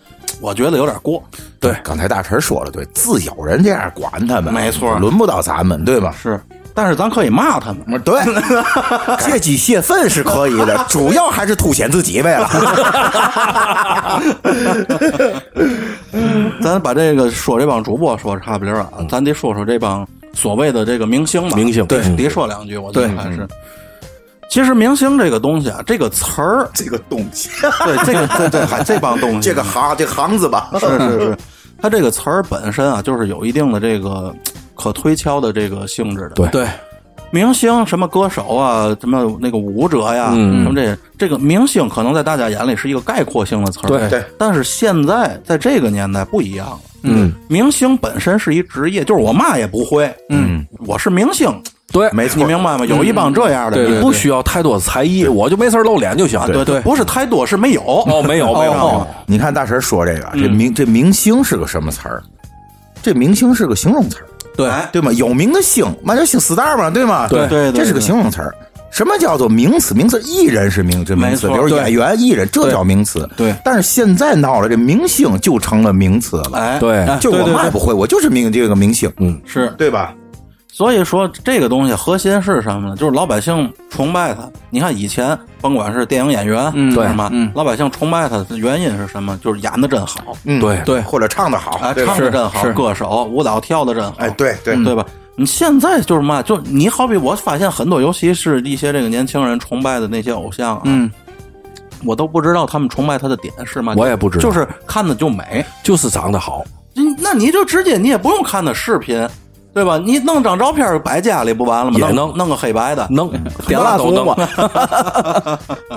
S1: 我觉得有点过。
S2: 对，刚才大陈说了，对，自有人这样管他们，
S1: 没错
S2: 轮不到咱们，对吧？
S1: 是，但是咱可以骂他们。
S2: 我说嗯对， (laughs) 借机泄愤是可以的，主要还是凸显自己呗了。，
S1: 咱把这个说这帮主播说差不离儿啊，咱得说说这帮所谓的这个明星吧。
S4: 明星
S1: 得
S4: 对
S1: 得说两句，我觉得
S3: 对
S1: 还是。其实明星这个东西啊，这个词儿
S2: (laughs) 这个东西，
S1: 对这个这这还这帮东西，
S2: (laughs) 这个行，这行子吧，
S1: (laughs) 是是是，它这个词儿本身啊，就是有一定的这个可推敲的这个性质的。
S4: 对
S3: 对，
S1: 明星什么歌手啊，什么那个舞者呀，
S4: 嗯
S1: 什么这这个明星，可能在大家眼里是一个概括性的词儿。
S4: 对
S2: 对
S1: 但是现在在这个年代不一样了。嗯，明星本身是一职业，就是我嘛也不会。嗯，我是明星，
S2: (laughs)
S4: 对，
S2: 没错
S1: 你明白吗？有一帮这样的，
S3: 对对
S1: 你
S4: 你
S1: 不
S4: 不需要太多才艺，我就没事儿露脸就行。
S1: 啊，对
S3: 对
S1: 不是太多，是没有。
S4: 哦，没有没有，
S1: 哦
S2: 你看大神说这个，这明这明星是个什么词儿？这明星是个形容词儿，
S1: 对
S2: 对吗？有名的星，嘛叫星 star 嘛，对吗？
S4: 对
S1: 对对
S2: 这是个
S1: 对
S2: 形容词儿。什么叫做名词？名词，艺人是名，这名词，
S1: 没
S2: 比
S1: 错
S2: 如演员、艺人，这叫名词。
S1: 对
S2: 但是现在闹了，这明星就成了名词了。
S1: 哎，
S4: 对嗯
S1: 哎
S2: 就
S1: 对
S2: 我
S1: 对
S2: 嘛也
S1: 对
S2: 不会，我就是明这个明星，
S1: 是。
S2: 对吧？
S1: 所以说这个东西核心是什么呢？就是老百姓崇拜他。你看以前甭管是电影演员，
S3: 嗯
S1: 是吗？
S3: 嗯
S1: 老百姓崇拜他的原因是什么？就是演的真好，
S2: 嗯，
S4: 对
S3: 对
S2: 或者唱的好，
S1: 哎，
S2: 对吧
S1: 唱的真好
S3: 是，
S1: 歌手、舞蹈跳的真好，
S2: 哎，对对
S1: 嗯对吧？你现在就是嘛，就是你好比我发现很多，尤其是一些这个年轻人崇拜的那些偶像啊，
S3: 嗯，
S1: 我都不知道他们崇拜他的点是嘛，
S4: 我也不知道
S1: 就是看的就美，
S4: 就是长得好，
S1: 嗯那你就直接你也不用看他视频，对吧？你弄张照片儿摆家里不完了吗？
S4: 也
S1: 弄
S4: 能
S1: 弄个黑白的，
S4: 能
S3: 点蜡烛嘛，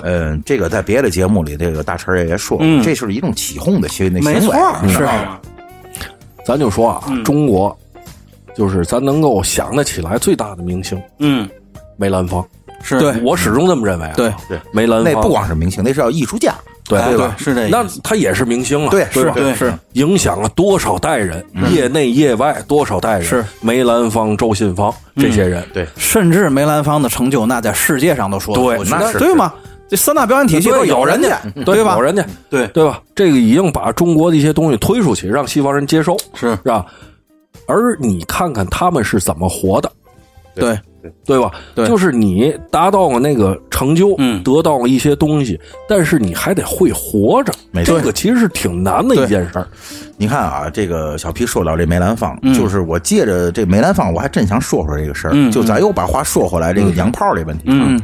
S2: 嗯，这个在别的节目里，这个大陈儿也说过，这是一种起哄的行那行
S1: 嗯没错
S2: 为，
S1: 儿，
S4: 嗯
S2: 你知
S1: 是
S2: 道吗
S4: (laughs) 咱就说啊，中国就是咱能够想得起来最大的明星
S1: 嗯，
S4: 梅兰芳，
S1: 是
S3: 对
S4: 我始终这么认为啊。
S3: 对
S2: 对，
S4: 梅兰
S2: 那
S4: 芳
S2: 不光是明星，那是要艺术家，
S4: 对
S1: 哎
S4: 吧？
S1: 对是这意思
S4: 那他也是明星啊，
S2: 对
S4: 吧？
S1: 对
S3: 是
S4: 影响了多少代人，业内业外多少代人？
S3: 是
S4: 梅兰芳、周信芳这些人，
S2: 对
S3: 甚至梅兰芳的成就，那在世界上都说得
S4: 对
S3: 过去
S2: 那是
S3: 对吗？这三大表演体系都
S4: 对有
S3: 人
S4: 家，
S3: 对吧
S4: 有？人家，
S1: 对
S4: 对吧？这个已经把中国的一些东西推出去，让西方人接受，
S1: 是
S4: 是吧？而你看看他们是怎么活的，
S3: 对，
S4: 对吧？
S3: 对
S4: 就是你达到了那个成就，
S1: 嗯
S4: 得到了一些东西，但是你还得会活着，
S2: 没错
S4: 这个其实是挺难的一件事儿。
S2: 你看啊，这个小 P 说到这梅兰芳，就是我借着这梅兰芳，我还真想说说这个事儿。就咱又把话说回来，这个洋炮这问题。嗯，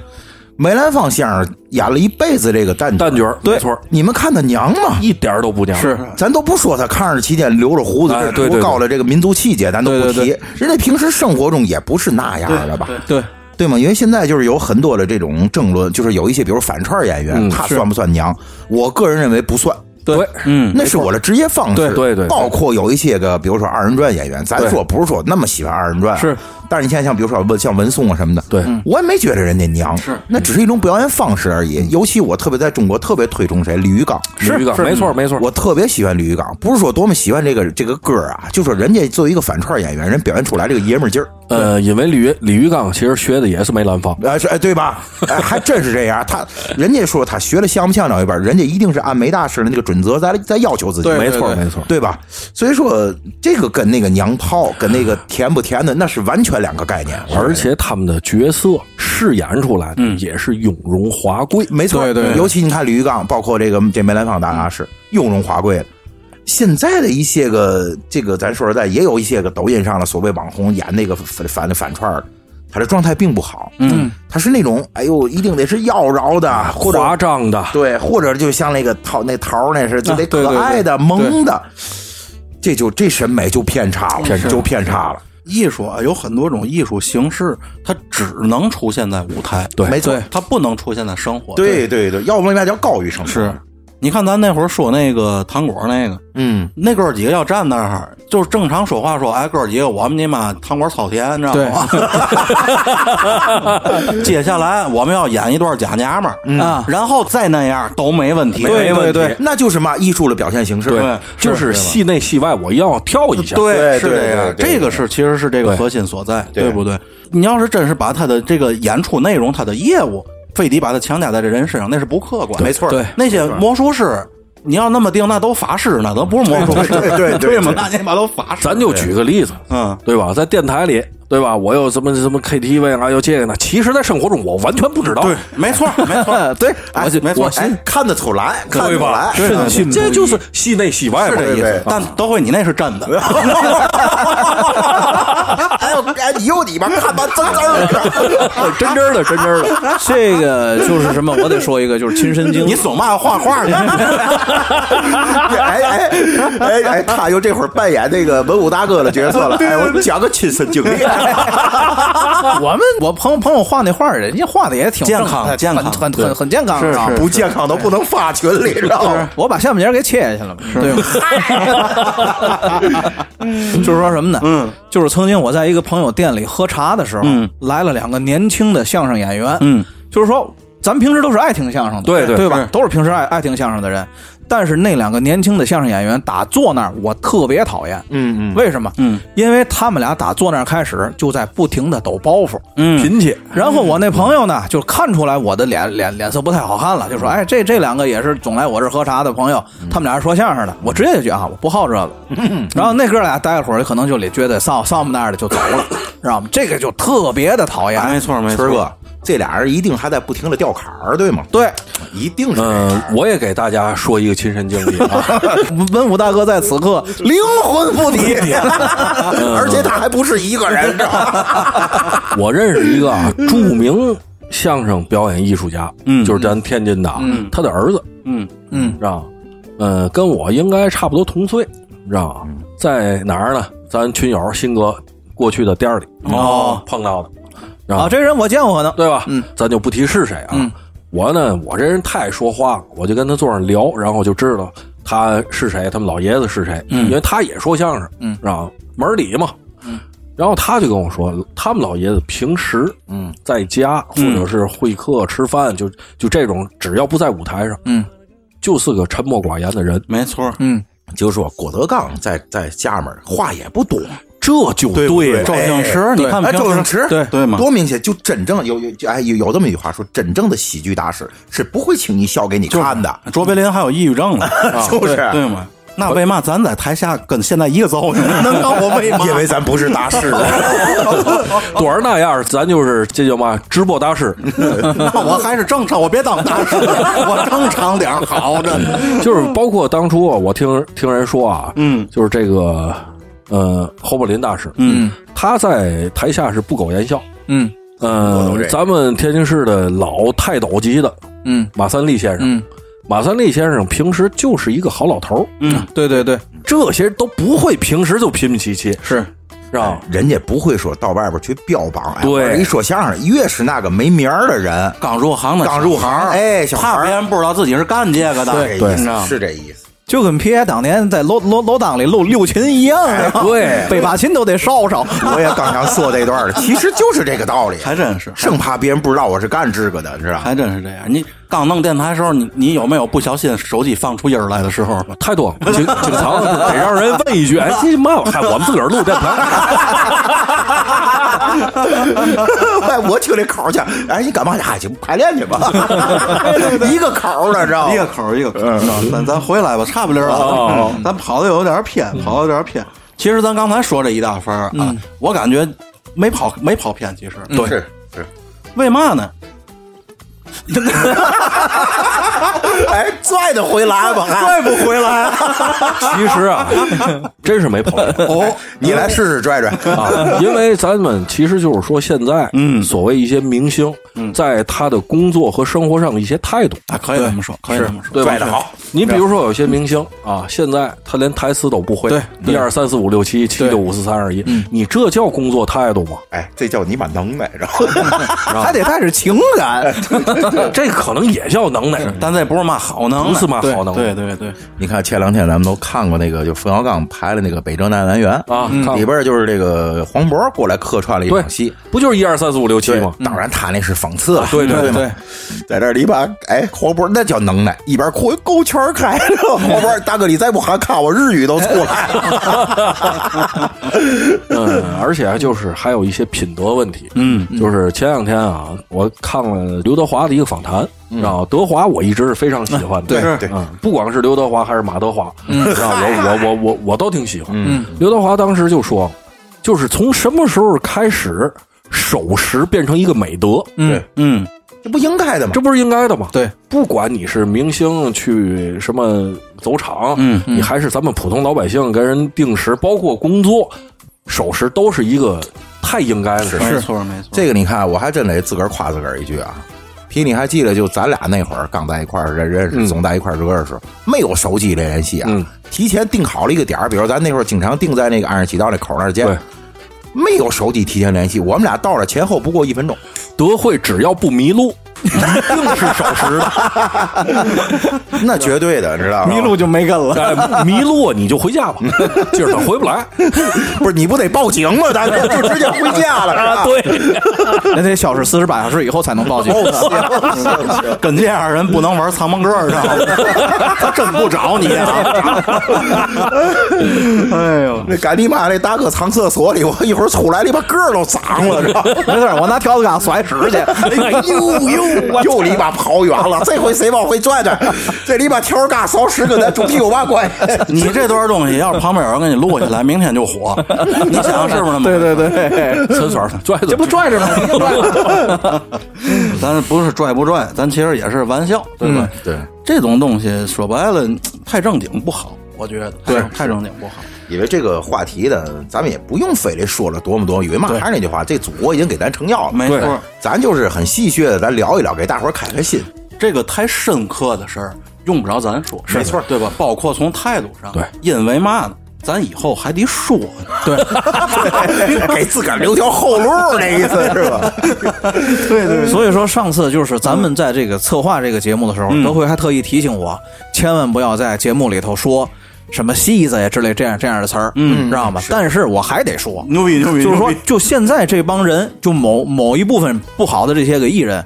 S2: 梅兰芳先生演了一辈子这个旦
S4: 蛋卷儿，
S2: 对，
S4: 没错儿，
S2: 你们看他娘吗？
S4: 一点儿都不娘。
S3: 是
S2: 咱都不说他抗日期间留着胡子，
S4: 哎
S2: 这
S4: 对对
S2: 多
S4: 对
S2: 高的这个民族气节，咱都不
S3: 对
S2: 提。人家平时生活中也不是那样的吧？
S3: 对，
S2: 对吗？因为现在就是有很多的这种争论，就是有一些比如反串演员，他算不算娘？我个人认为不算。
S4: 对，
S1: 嗯，
S2: 那是我的职业方式，
S4: 对对对
S2: 包括有一些个，比如说二人转演员，咱
S4: 对
S2: 说不是说那么喜欢二人转啊，
S3: 是，
S2: 但是你现在像比如说文像文松啊什么的，
S4: 对
S2: 我也没觉得人家娘，是，那只是一种表演方式而已。尤其我特别在中国特别推崇谁，李玉刚，
S4: 嗯是
S3: 是
S4: 没错儿没错儿。
S2: 我特别喜欢李玉刚，不是说多么喜欢这个这个歌啊，就说人家作为一个反串演员，人表现出来这个爷们儿劲儿，
S4: 呃，因为李玉李玉刚其实学的也是梅兰芳，
S2: 哎，是哎，对吧？哎，还真是这样。他人家说他学的像不像了一半，人家一定是按梅大师的那个准则在在要求自己，
S3: 对
S4: 没错
S3: 对
S4: 没错。
S2: 对吧？所以说这个跟那个娘炮跟那个甜不甜的那是完全全两个概念。
S4: 而且他们的角色饰演出来的也是雍容华贵，
S2: 没错，
S3: 对对
S2: 尤其你看李玉刚，包括这个这梅兰芳大家是雍容华贵的。现在的一些个这个，咱说实在，也有一些个抖音上的所谓网红演那个反反反串儿的，他的状态并不好。嗯，他是那种哎呦，一定得是妖娆的，或者
S4: 夸张的，
S2: 对，或者就像那个桃那桃儿那似的，就得
S3: 对
S2: 可
S3: 对
S2: 爱的、萌的，这就这审美就偏差了，就偏差了。
S1: 艺术啊，有很多种艺术形式，它只能出现在舞台，
S4: 对
S2: 没错，
S1: 它不能出现在生活。，
S2: 对对对，要不然那叫高于生活。
S1: 是，。你看咱那会儿说那个糖果那个，
S2: 嗯，
S1: 那哥儿几个要站那儿，就是正常说话说，哎，哥儿几个，我们你妈糖果草田，你知道吗？ (laughs) 接下来我们要演一段假娘们儿，
S2: 嗯
S3: 啊
S1: 然后再那样都没问题，
S3: 对
S1: 没问题
S3: 对对，
S2: 那就是嘛艺术的表现形式。
S1: 对
S4: 就是戏内戏外我要跳一下，
S2: 对
S1: 是
S2: 对
S1: 这样，
S2: 对对
S1: 这个是其实是这个核心所在，对不对？你要是真是把他的这个演出内容、他的业务，非得把它强加在这人身上，那是不客观。
S2: 没错儿对，
S1: 那些魔术师，你要那么定，那都法师呢，都不是魔术师，
S2: 对对对对
S1: 对嘛
S2: 对
S1: 那你把都法师，
S4: 咱就举个例子，
S1: 嗯，
S4: 对吧？在电台里，对吧？我有什么什么 KTV 啊，有这个呢。其实，在生活中我完全不知道，
S1: 对，没错儿，没错
S3: 呃
S1: 儿，
S2: 对，哎
S1: 我没错
S2: 我哎看得出来，看得
S4: 对
S2: 出
S4: 吧？
S2: 来，
S4: (laughs) 是这就是戏内戏外嘛，
S1: 是这意
S2: 对
S1: 思
S2: 对。
S1: 但都会你那是真的， (laughs)
S2: 哎呦，哎，你有你吧，看吧，真真儿。
S4: 真真儿的，真真儿
S3: (laughs)
S4: 的。
S3: 这个就是什么？我得说一个，就是亲身经历
S1: 你。总嘛画画去，
S2: 哎哎哎哎，他又这会儿扮演那个文武大哥的角色了。哎，我讲个亲身经历。哎
S3: 我们我朋友朋友画那画儿，人家画的也挺
S1: 健康
S3: 正
S1: 健康
S3: 很很
S1: 对
S3: 很很健康
S1: 是
S3: 啊
S1: 是。
S2: 不健康都不能发群里，知道吗？
S3: 我把下半截给切下去了嘛，对吧？ (laughs) 就是说什么呢？嗯，就是曾经我在一个朋友店里喝茶的时候，来了两个年轻的相声演员，嗯，就是说咱平时都是爱听相声的，
S4: 对
S3: 对
S4: 对
S3: 吧
S1: 是？
S3: 都是平时爱爱听相声的人，但是那两个年轻的相声演员打坐那儿，我特别讨厌，
S2: 嗯嗯，
S3: 为什么？嗯，因为他们俩打坐那儿开始就在不停的抖包袱，
S4: 贫且
S3: 然后我那朋友呢，就看出来我的脸脸脸色不太好看了，就说：“哎，这这两个也是总来我这儿喝茶的朋友，他们俩是说相声的。”我直接就觉得啊，我不好这个。然后那哥俩待会儿可能就得觉得上上我们那儿的就走了，知道吗？这个就特别的讨
S2: 哎
S3: 厌。
S1: 没错儿没错
S2: 春
S1: 儿。
S2: 哥，这俩人一定还在不停的掉坎儿，对吗？
S3: 对，
S2: 一定是。
S4: 嗯，我也给大家说一个亲身经历啊，
S3: 文武大哥在此刻灵魂附体，
S2: (laughs) 而且他还不是一个人，知道吗？
S4: 我认识一个啊著名相声表演艺术家，嗯，就是咱天津的啊，他的儿子，
S1: 嗯
S4: 嗯，知道吗，呃，跟我应该差不多同岁，知道吗，在哪儿呢？咱群友新哥过去的店儿里
S3: 哦
S4: 碰到的，然后
S3: 啊，这人我见过可能。
S4: 对吧？嗯，咱就不提是谁啊。我呢，我这人太爱说话了，我就跟他坐上聊，然后我就知道他是谁，他们老爷子是谁，因为他也说相声，嗯，知道吗门儿里嘛。然后他就跟我说，他们老爷子平时，嗯，在家或者是会客、吃饭，就就这种，只要不在舞台上，
S3: 嗯，
S4: 就是个沉默寡言的人，
S1: 没错儿，
S3: 嗯，
S2: (laughs) 就说郭德纲在在下面话也不多，
S4: 这就
S1: 对不
S4: 对
S1: 周
S4: 了。
S1: 星驰，
S2: 哎
S1: 你看
S2: 哎周星
S1: 平时
S2: 驰
S1: 对对嘛，
S2: 多明显！就真正有有就哎有有这么一句话说，真正的喜剧大师是不会请你笑给你看 (laughs) 的，
S1: 卓别林还有抑郁症呢，啊
S2: 就是
S1: 对对吗？那为嘛咱在台下跟现在一个造型？ (laughs) 能让我为嘛？ (laughs)
S2: 因为咱不 (laughs) 是大师，
S4: 短儿那样儿，咱就是这叫嘛直播大师，
S1: 那我还是正常，我别当大师，我正常点儿好着。
S4: (laughs) 就是包括当初啊，我听听人说啊，嗯，就是这个呃侯宝林大师，嗯，他在台下是不苟言笑，
S3: 嗯
S4: 呃，咱们天津市的老泰斗级的
S3: 嗯
S4: 马三立先生，
S3: 嗯
S4: 马三立先生平时就是一个好老头儿，
S3: 嗯，对对对，
S4: 这些人都不会平时就拼拼气气，
S3: 是
S4: 是吧？
S2: 人家不会说到外边去标榜。哎
S4: 对
S2: 我一说相声，越是那个没名儿的人，
S1: 刚入行的，
S2: 刚入行，哎，啊小孩
S1: 怕别
S2: 儿，
S1: 人不知道自己是干这个的，
S2: 是
S1: 你知
S2: 这
S1: 道
S2: 意思，
S1: 吗？
S2: 是这意思。
S3: 就跟皮爷当年在楼楼楼档里露六琴一样，啊是吧
S4: 对
S3: 北八琴都得烧烧。
S2: (laughs) 我也刚想说这段儿了，其实就是这个道理，
S1: 还真是，
S2: 生怕别人不知道我是干这个的，你知道吗？
S1: 还真是这样。你刚弄电台的时候，你你有没有不小心手机放出音儿来的时候？
S4: 太多了，经经常得让人问一句，哎，这嘛？嗨，我们自个儿录电
S2: (laughs)
S4: 台，(laughs)
S2: 哎，我听这口儿去，哎，你干嘛去？哎，行，排练去吧， (laughs) 一个口儿了，知道
S1: 一个
S2: 吗？
S1: 口儿一个口儿，咱咱回来吧，差不离儿了
S4: 哦，
S1: (laughs) 嗯咱跑的有点偏，跑的有点偏。其实咱刚才说这一大番儿啊，我感觉没跑没跑偏，其实对
S2: 嗯是是，
S1: 为嘛呢？
S2: 哎，拽得回
S1: (laughs)
S2: 来吗？
S1: 拽不回来，
S4: 其实啊，真是没跑偏
S2: 哦，你来试试拽拽。 (laughs)
S4: 啊，因为咱们其实就是说，现在嗯，所谓一些明星，在他的工作和生活上的一些态度，
S1: 啊，可以这么说，可以这么说，
S4: 对吧？
S2: 拽得好。
S4: 你比如说有些明星啊，现在他连台词都不会，
S1: 对
S4: 一二三四五六七七六五四三二一，你这叫工作态度吗？
S2: 哎，这叫你把能耐，然后 (laughs)
S3: 还得带着情感，
S4: 这可能也叫能耐，
S1: 但这不是嘛好能耐，
S4: 不是嘛好能耐
S1: 对对对，对
S2: 你看前两天咱们都看过那个，就冯小刚拍的那个《北辙南南园》
S4: 啊嗯看过
S2: 里边就是这个黄渤过来客串了一
S4: 对
S2: 场戏。，
S4: 不就是一二三四五六七
S2: 对
S4: 吗？
S2: 当然他那是讽刺了，
S4: 嗯啊对
S2: 对
S4: 对
S2: 吗
S4: 对，
S2: 在这里吧，哎，黄渤那叫能耐，一边哭勾圈儿开 (laughs) 了，黄渤大哥你再不喊卡，我日语都出来了。 (laughs)
S4: 嗯，而且就是还有一些品德问题。嗯，就是前两天啊，我看了刘德华的一个访谈，然后德华我一直是非常喜欢的，
S2: 对对
S4: 嗯，不管是刘德华还是马德华，然后我我我我我都挺喜欢。嗯，刘德华当时就说，就是从什么时候开始，守时变成一个美德？
S2: 对，
S1: 嗯，
S2: 这不应该的吗
S4: 这？不是应该的吗？
S1: 对，
S4: 不管你是明星去什么走场，
S1: 嗯
S4: 你还是咱们普通老百姓跟人定时，包括工作守时，都是一个太应该了。
S1: 没错没错，
S2: 这个你看，我还真得自个儿夸自个儿一句啊。皮，你还记得就咱俩那会儿刚在一块儿认认识，总在一块儿玩的时候，没有手机这联系啊
S4: 嗯，
S2: 提前定好了一个点儿，比如咱那会儿经常定在那个二十七道那口那儿见
S4: 对，
S2: 没有手机提前联系，我们俩到了前后不过一
S4: (laughs)
S2: 分钟，
S4: 德惠只要不迷路，一定是守时的。
S2: 那绝对的，知道吗？
S1: 迷路就没跟了，
S4: 哎迷路你就回家吧，今儿他回不来。
S2: (laughs) 不是你不得报警吗？咱们就直接回家了啊
S4: 对，
S3: 那得消失四十八小时以后才能报
S2: 哦
S3: 警。
S1: (laughs) 跟这样的人不能玩藏猫哥，知 (laughs) 道吗？他真不找你啊！ (laughs) 哎呦，
S2: 那赶你妈那大哥藏厕所里，我一会儿出来，你把个儿都长了， (laughs) 知道吗？
S3: 没事儿，我拿条子杆甩纸去。
S2: (laughs) 哎呦 (laughs) 呦，又篱笆跑远了，这回谁往回拽拽？这篱笆条儿嘎少十跟咱主题有嘛关系？
S1: (laughs)
S2: (laughs)
S1: 你这段东西要是旁边有人给你录下来，明天就 (laughs) 火。你想是不是？
S3: 对对，对，
S4: 陈水儿拽
S3: 这
S4: 拽
S3: 不。拽
S2: (laughs)
S3: 着吗？
S1: (laughs) 咱不是拽不拽，咱其实也是玩笑，嗯对吧？
S2: 对，
S1: 这种东西说白了，太正经不好，我觉得。对，太正经不好。
S2: 因为这个话题呢，咱们也不用非得说了多么多，因为嘛，还是那句话，这祖国已经给咱撑腰了，
S1: 没错
S2: 对咱就是很戏谑的，咱聊一聊，给大伙儿开开心。
S1: 这个太深刻的事儿，用不着咱说，没
S2: 错，
S1: 对吧？包括从态度上，
S4: 对
S1: 因为嘛呢？咱以后还得说呢，
S2: (laughs) 给自个儿留条后路，那意思是 (laughs) 吧？
S3: 所以说，上次就是咱们在这个策划这个节目的时候，德辉还特意提醒我，千万不要在节目里头说什么“戏子”呀之类这样这样的词儿，嗯，知道吗？但是嗯我还得说，
S1: 牛逼牛逼！
S3: 就是说
S1: 牛逼，
S3: 就现在这帮人，就某某一部分不好的这些个艺人，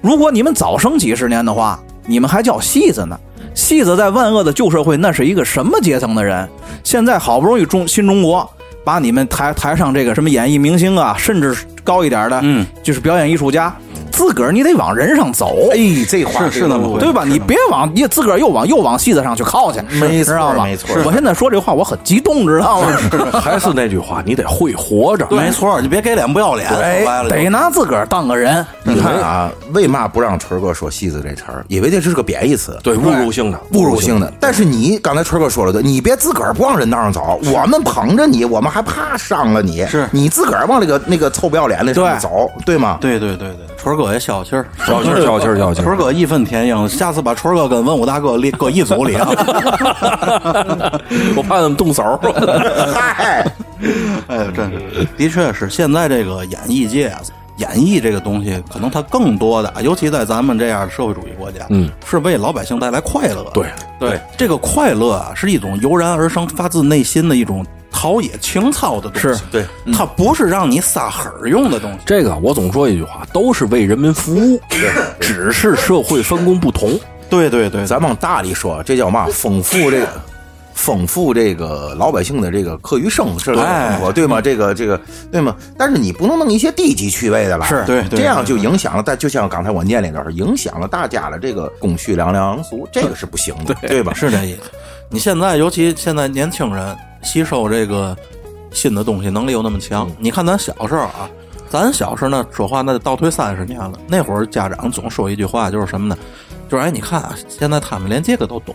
S3: 如果你们早生几十年的话，你们还叫戏子呢。戏子在万恶的旧社会，那是一个什么阶层的人？现在好不容易中新中国把你们抬抬上这个什么演艺明星啊，甚至高一点的，
S1: 嗯，
S3: 就是表演艺术家，自个儿你得往人上走，
S2: 哎，这话
S1: 是是那么回事
S3: 对吧？你别往你自个儿又往又往戏子上去靠去，
S2: 没错
S3: 知道吗？
S2: 没错
S3: 我现在说这话我很激动，知道吗？
S4: 还是那句话，你得会活着。
S1: 没错，你别给脸不要脸，说白
S3: 哎，
S1: 了
S3: 得拿自个儿当个人。
S2: 你看啊，为嘛不让春儿哥说“戏子”这词儿？因为这是个贬义词，
S4: 对，侮辱性的，
S2: 侮辱性的。但是你刚才春儿哥说了对，你别自个儿不往人道上走，我们捧着你，我们还怕伤了你？
S1: 是
S2: 你自个儿往那个那个臭不要脸的上面
S3: 对
S2: 走，对吗？
S1: 对对对对，春儿哥也消气儿，
S4: 消气儿消气儿消气儿
S1: 春儿哥义愤填膺，下次把春儿哥跟文武大哥列搁一组里啊！
S4: (laughs)
S1: (laughs)
S4: 我怕他们动手。
S2: 嗨，
S1: 哎，真是，的确是现在这个演艺界啊，演艺这个东西，可能它更多的，尤其在咱们这样的社会主义国家，
S4: 嗯，
S1: 是为老百姓带来快乐。
S4: 对
S1: 对，这个快乐啊，是一种油然而生、发自内心的一种陶冶情操的东西。
S4: 是
S1: 对，它不是让你撒狠儿用的东西。
S4: 这个我总说一句话，都是为人民服务，只是社会分工不同。
S1: 对对对，
S2: 咱往大里说，啊这叫嘛？丰富这个。丰富这个老百姓的这个课余生活，这个生活对吗？这个这个对吗？但是你不能弄一些低级趣味的了，
S3: 是
S1: 对对
S2: 这样就影响了。但就像刚才我念那段儿，影响了大家的这个公序良良俗，这个是不行的，对吧？
S1: 是这意思。你现在，尤其现在年轻人吸收这个新的东西能力又那么强。
S4: 嗯
S1: 你看咱小时候啊，咱小时候呢说话那得倒退三十年了，那会儿家长总说一句话，就是什么呢？就是哎，你看啊，现在他们连这个都懂，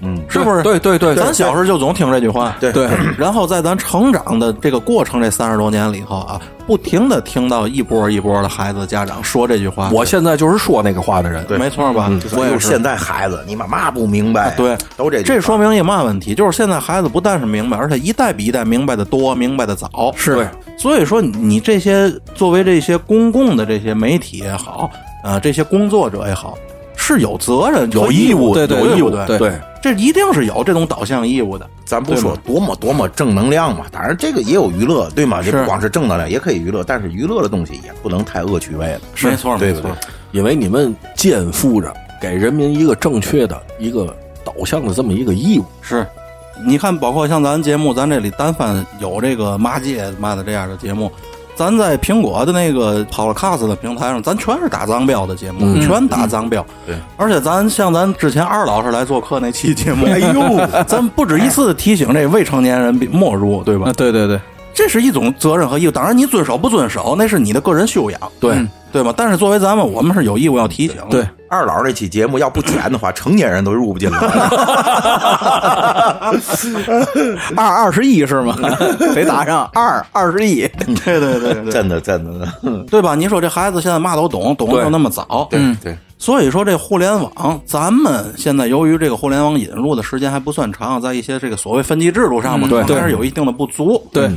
S2: 嗯，
S1: 是不是？
S4: 对对对，
S1: 咱小时候就总听这句话，
S2: 对
S1: 对。然后在咱成长的这个过程这三十多年里头啊，不停的听到一波一波的孩子家长说这句话，
S4: 我现嗯在就是说那个话的人。
S2: 对
S1: 没错吧？我也啊
S2: 就是现在孩子，你妈嘛不明白，
S1: 对，
S2: 都这
S1: 这说明一个嘛问题，就是现在孩子不但是明白，而且一代比一代明白的多，明白的早。
S4: 是，
S1: 所以说你这些作为这些公共的这些媒体也好，呃，这些工作者也好，是有责任、
S4: 有义
S1: 义
S4: 务，
S1: 对对
S4: 有义务，
S1: 对不
S4: 对
S1: 对，这一定是有这种导向义务的。
S2: 咱不说多么多么正能量嘛，当然这个也有娱乐，对吗？这
S1: 是
S2: 不光是正能量，也可以娱乐，但是娱乐的东西也不能太恶趣味了，
S1: 没错，
S2: 对
S1: 没
S2: 不对
S1: 错。？
S4: 因为你们肩负着给人民一个正确的一个导向的这么一个义务。
S1: 是，你看，包括像咱节目，咱这里单番有这个骂街嘛的这样的节目，咱在苹果的那个 Podcast 的平台上，咱全是打脏标的节目，
S3: 嗯
S1: 全打脏标。
S2: 对
S1: 而且咱像咱之前二老师来做客那期节目，哎呦，咱不止一次地提醒这未成年人别莫入，对吧
S3: 啊，？对对对，
S1: 这是一种责任和义务，当然你遵守不遵守，那是你的个人修养，对、对吧？但是作为咱们，我们是有义务要提醒的。
S3: 对
S2: 哎二老那期节目要不剪的话，成年人都入不进来。
S3: 二二十一
S1: (laughs)
S3: 是吗？得打上二二十一，
S1: 对对对对，
S2: (laughs) 真的，真的，
S4: 嗯
S1: 对吧？你说这孩子现在嘛都懂，懂得又那么早，对
S2: 对，
S1: 所以说，这互联网，咱们现在由于这个互联网引入的时间还不算长，在一些这个所谓分级制度上嘛，
S3: 嗯对
S1: 可能还是有一定的不足。
S3: 对
S1: 嗯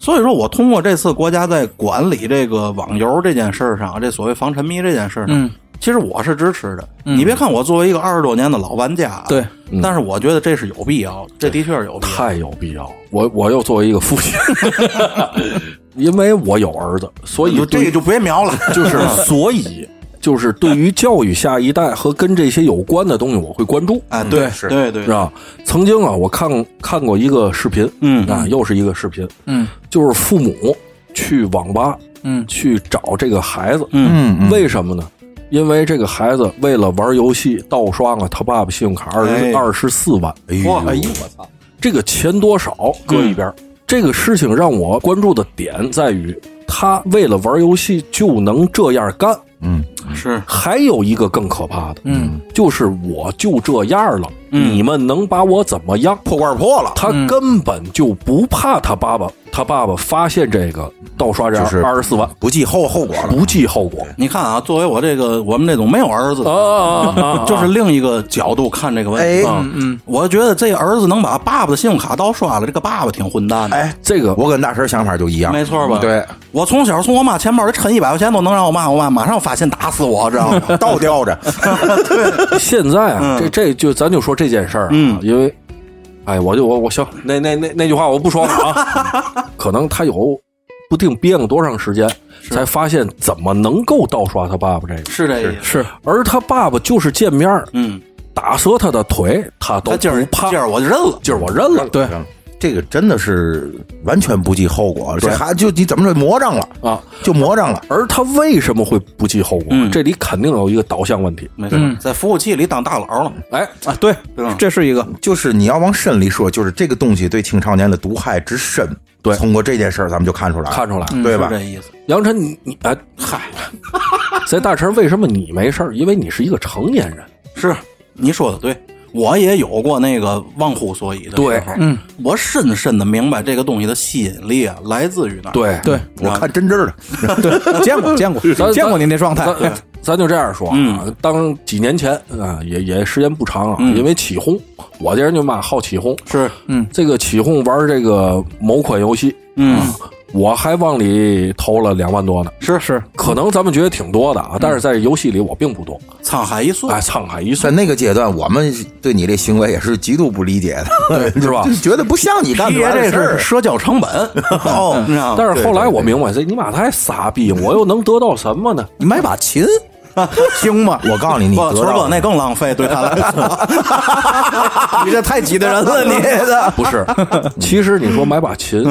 S1: 所以说我通过这次国家在管理这个网游这件事儿上，这所谓防沉迷这件事儿上，
S3: 嗯
S1: 其实我是支持的。你别看我作为一个二十多年的老玩家，啊
S3: 对，
S1: 但是我觉得这是有必要，这的确是有必要。
S4: 太有必要。我我又作为一个父亲， (laughs) 因为我有儿子，所以
S1: 就
S4: 对
S1: 这个啊就别瞄了，
S4: 就是所以就是对于教育下一代和跟这些有关的东西，我会关注。
S1: 哎，对，
S2: 是
S1: 对对
S4: 是，吧？曾经啊，我看看过一个视频，
S1: 嗯
S4: 啊，又是一个视频，
S3: 嗯
S4: 就是父母去网吧，
S3: 嗯
S4: 去找这个孩子，
S1: 嗯
S2: 嗯
S4: 为什么呢？因为这个孩子为了玩游戏盗刷了他爸爸信用卡二
S1: 哎
S4: 十二十四万，哎呦
S1: 哇哎呦
S4: 我操！这个钱多少搁一边儿、这个事情让我关注的点在于，他为了玩游戏就能这样干。
S2: 嗯，
S1: 是
S4: 还有一个更可怕的，
S3: 嗯，
S4: 就是我就这样了，你们能把我怎么样？破罐破了，他根本就不怕他爸爸，他爸爸发现这个盗刷这
S2: 就是嗯
S4: 二十四万，
S2: 不计后后果了。
S4: 不计后果。
S1: 你看啊，作为我这个我们这种没有儿子的，
S4: 啊啊
S1: (laughs)
S4: 啊！
S1: 就是另一个角度看这个问
S2: 哎
S1: 题。嗯嗯，我觉得这儿子能把爸爸的信用卡盗刷了，这个爸爸挺混蛋的。
S2: 哎，
S4: 这个
S2: 我跟大神想法就一样，
S1: 没错吧？
S2: 对，
S1: 我从小从我妈钱包里抻一百块钱都能让我妈，我妈马上发现打死我，知
S2: (laughs)
S1: 道吗？
S2: (laughs) 倒吊
S4: (laughs)
S2: 着，
S4: 现在啊，这这就咱就说这件事儿啊，因为，哎，我就我我行，那那那那句话我不说了啊，可能他有不定憋了多长时间，才发现怎么能够盗刷他爸爸这个，
S1: 是这意思。
S4: 是，而他爸爸就是见面儿
S1: 嗯，
S4: 打折他的腿，他都
S1: 他今儿
S4: 不怕，
S1: 今儿我就认了。
S4: 今儿我认了，
S3: 对
S2: 这个真的是完全不计后果，这还就你怎么着魔障了，
S4: 啊，
S2: 就魔障了。
S4: 而他为什么会不计后果？这里肯定有一个导向问题，
S1: 没错，在服务器里当大佬了。
S4: 哎，
S3: 啊，对
S1: 对吧，
S3: 这是一个
S2: 就是你要往深里说，就是这个东西对青少年的毒害之深。
S4: 对
S2: 通过这件事儿，咱们就看出来了，
S4: 看出来了
S2: 对吧
S1: 嗯是？这意思。
S4: 杨晨，你你哎嗨，在大成为什么你没事儿？因为你是一个成年人。
S1: 是，你说的对，我也有过那个忘乎所以的时候
S4: 对
S1: 嗯，我深深的明白这个东西的吸引力啊，来自于哪儿。
S4: 对，
S3: 对
S2: 我看真真儿的，
S3: 对，见过见过
S4: 咱
S3: 见过您这状态，哎
S4: 咱咱就这样说啊，当几年前啊，也也时间不长啊，因为起哄，我这人就嘛好起哄，
S1: 是，
S4: 这个起哄玩这个某款游戏，啊
S1: 嗯，
S4: 我还往里投了两万多呢。
S3: 是是，
S4: 可能咱们觉得挺多的啊，但是在游戏里我并不多，
S1: 沧海一粟。
S4: 哎，沧海一粟
S2: 在。那个阶段，我们对你这行为也是极度不理解的， (laughs)
S4: 是吧
S2: 就觉得不像你干
S1: 皮
S2: 出
S1: 爷
S2: 来的
S1: 这
S2: 事
S1: 是
S2: 儿。
S1: 社交成本， (laughs) 哦，你知道吗？
S4: 但是后来我明白，这你妈太傻逼，我又能得到什么呢？
S3: 你买把琴行吗？
S2: 我告诉你，你
S1: 不，
S2: 得
S1: 村儿
S2: 到
S1: 哥那更浪费，对他来说，你这太挤兑人了， (laughs) 你这
S4: 不是， (laughs) 其实你说买把琴，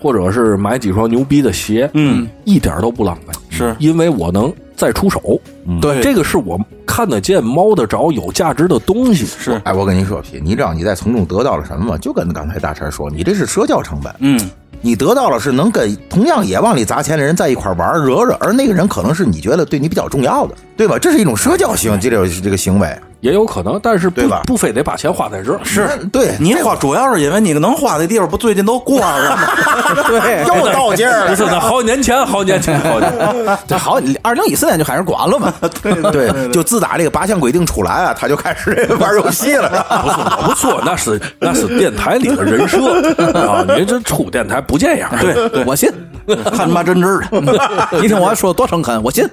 S4: 或者是买几双牛逼的鞋，嗯，一点都不浪费，
S1: 是
S4: 因为我能再出手，
S1: 对
S4: 这个是我看得见、摸得着、有价值的东西。是
S2: 哎，我跟你说，皮，你知道你在从中得到了什么吗？就跟刚才大陈说，你这是社交成本。
S1: 嗯，
S2: 你得到了是能跟同样也往里砸钱的人在一块玩儿惹惹，而那个人可能是你觉得对你比较重要的，对吧？这是一种社交性，这种这个行为
S4: 也有可能，但是不
S2: 对吧
S4: 不非得把钱花在这儿。 (laughs)
S2: 是对
S1: 你花主要是因为你能花的地方不最近都关了吗？ (laughs)
S3: 对，
S2: 又到劲儿
S4: 不
S2: 了
S4: 是，那好几年前，好几年前，好几年前
S3: 这好，二零一四年就开始管了嘛。
S2: 对，就自打这个八项规定出来啊，他就开始 (laughs) 玩游戏了。 (laughs)
S4: 不是我不说，那是那是电台里的人设啊！你这出电台不这样，对，
S3: 对，我信。
S1: (laughs) 看他妈真真儿的。
S3: 你听我说多诚恳，我信。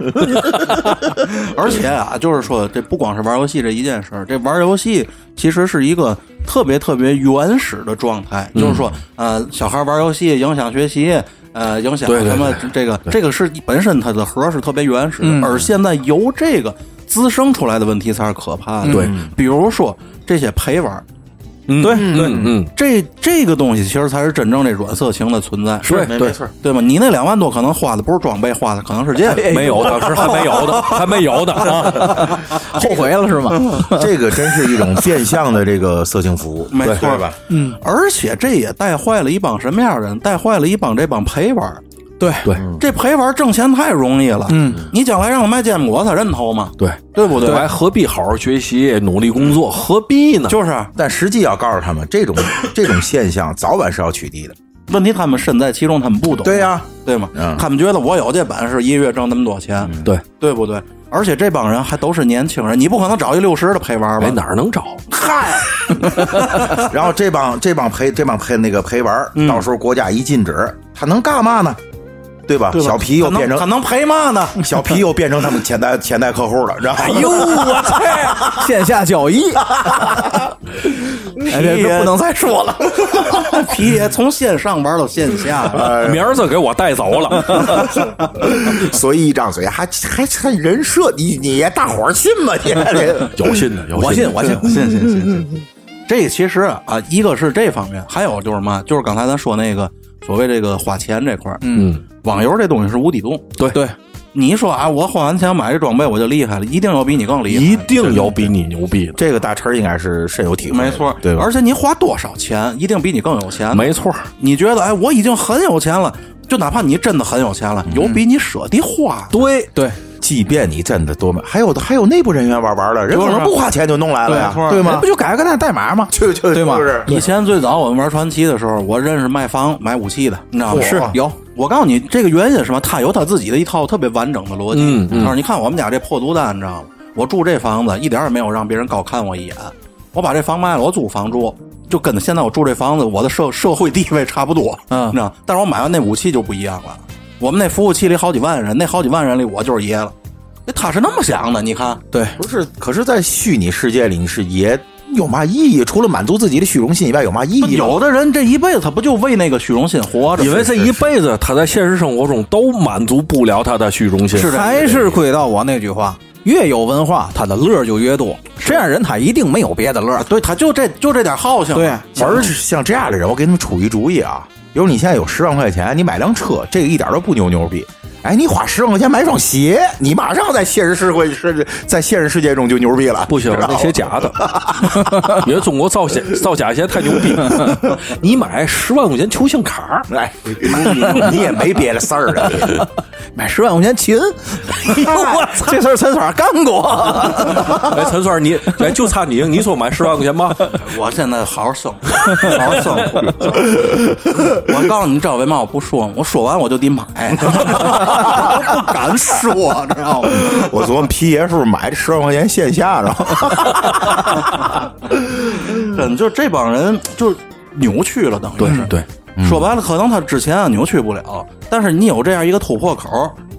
S1: (laughs) 而且啊，就是说，这不光是玩游戏这一件事儿，这玩游戏其实是一个特别特别原始的状态，
S4: 嗯
S1: 就是说，呃，小孩玩游戏影响学习。呃，影响
S4: 对对嗯
S1: 什么？这个这个是本身它的核是特别原始的，而现在由这个滋生出来的问题才是可怕的。
S4: 嗯对，
S1: 比如说这些陪玩儿，
S4: 嗯
S1: 对对
S4: 嗯嗯，
S1: 这这个东西其实才是真正这软色情的存在，
S4: 是没对
S1: 错，对吧？你那两万多可能花的不是装备，花的可能是这个，
S4: 没有，当时还没有的，还没有的啊！
S3: 后悔了是
S2: (laughs)
S3: 吗？
S2: 这个真是一种变相的这个色情服务，
S1: 没
S2: 对
S1: 错
S2: 对吧？
S1: 嗯，而且这也带坏了一帮什么样的人？带坏了一帮这帮陪玩儿。
S3: 对
S4: 对
S1: 这陪玩儿挣钱太容易了，嗯，你将来让他卖坚果，他认头吗？
S4: 对，
S1: 对不对
S4: 我？还何必好好学习、努力工作？何必呢？
S1: 就是
S2: 但实际要告诉他们，这种这种现象早晚是要取缔的。
S1: 问题，他们身在其中，他们不懂，
S2: 对呀、
S1: 对吗？
S2: 嗯
S1: 他们觉得我有这本事，一个月挣那么多钱，
S4: 对，
S1: 对不对？而且这帮人还都是年轻人，你不可能找一六十的陪玩儿
S4: 哎，
S1: 吧？
S4: 哪儿能找？
S2: 然后这帮这帮陪这帮陪那个陪玩儿，到时候国家一禁止，他能干嘛呢？对吧？
S1: 对吧
S2: 小皮又
S1: 他能
S2: 变
S1: 他
S2: 成
S1: 能陪嘛呢？
S2: (laughs) 小皮又变成他们潜在潜在客户了，然后
S3: 哟，我去，线下交易，哎，这不能再说了。
S1: 皮爷从线上玩到线下了，
S4: 明儿就给我带走了。
S2: (laughs) 所以一张嘴还还还人设，你你也大伙儿信吗？ (laughs) 你
S4: 有信的，有
S3: 我
S4: 信
S3: 信，
S4: 的，
S3: 我信。
S1: 信信信信。这其实啊，一个是这方面，还有就是嘛，就是刚才咱说那个所谓这个花钱这块儿，
S4: 嗯，
S1: 网游这东西是无底洞。
S4: 对
S3: 对，
S1: 你说啊，我花完钱买这装备我就厉害了，一定有比你更厉害，
S4: 一定有比你牛逼的，
S2: 这个大陈儿应该是深有体会的，
S1: 没错，
S2: 对吧？
S1: 而且你花多少钱，一定比你更有钱。
S4: 没错。
S1: 你觉得哎，我已经很有钱了，就哪怕你真的很有钱了，
S4: 嗯
S1: 有比你舍得花。
S4: 对
S3: 对，
S2: 即便你真的多么，还有的还有内部人员玩玩的，人可能不花钱就弄来了呀
S1: 没，错
S2: 对
S3: 哎
S2: 吗
S3: 不？就改个那代码吗？
S2: 就就
S3: 对吗
S2: 就是
S1: 以前最早我们玩传奇的时候，我认识卖房买武器的，你知道吗？
S2: 嚯是
S1: 有。我告诉你，这个原因是什么？他有他自己的一套特别完整的逻辑。
S4: 嗯嗯
S1: 他说：“你看我们家这破租单，你知道吗？我住这房子一点也没有让别人高看我一眼。我把这房卖了，我租房住，就跟现在我住这房子我的社社会地位差不多，
S3: 嗯
S1: 你知道吗？但是我买完那武器就不一样了。我们那服务器里好几万人，那好几万人里我就是爷了。那他是那么想的，你看，
S3: 对，
S2: 不是？可是，在虚拟世界里，你是也有嘛意义？除了满足自己的虚荣心以外，有嘛意义？
S1: 有的人这一辈子他不就为那个虚荣心活着？
S4: 因为这
S1: 是
S4: 一辈子他在现实生活中都满足不了他的虚荣心。
S1: 是的
S3: 还是回到我那句话，越有文化，他的乐儿就越多。这样人他一定没有别的乐儿
S1: 啊，。对，他就这就这点好嗯性。
S3: 对，
S2: 而且像这样的人，我给你们出一主意啊！比如你现在有十万块钱，你买辆车，这个一点都不牛牛逼。哎，你花十万块钱买双鞋，你马上在现实社会世在现实世界中就牛逼了。
S4: 不行，
S2: 知道吗
S4: 那些假的，因为中国造假造假鞋太牛逼。你买十万块钱球星卡儿，
S2: 哎， (laughs) 你也没别的事儿啊了。
S3: 买十万块钱琴，我操，这事儿陈爽干过。
S4: 哎，陈帅，你哎，就差你，你说买十万块钱吗？
S1: 我现在好好生活， (laughs) 好好生活。 (laughs) 我告诉你，你知道为嘛我不说吗？我说完我就得买， (laughs) 我不敢说，知道吗？
S2: (laughs) 我琢磨皮爷是不是买这十万块钱线下着？
S1: 真就这帮人就扭曲了，等于是。
S4: 对，
S1: 说白了，可能他之前啊扭曲不了，但是你有这样一个突破口，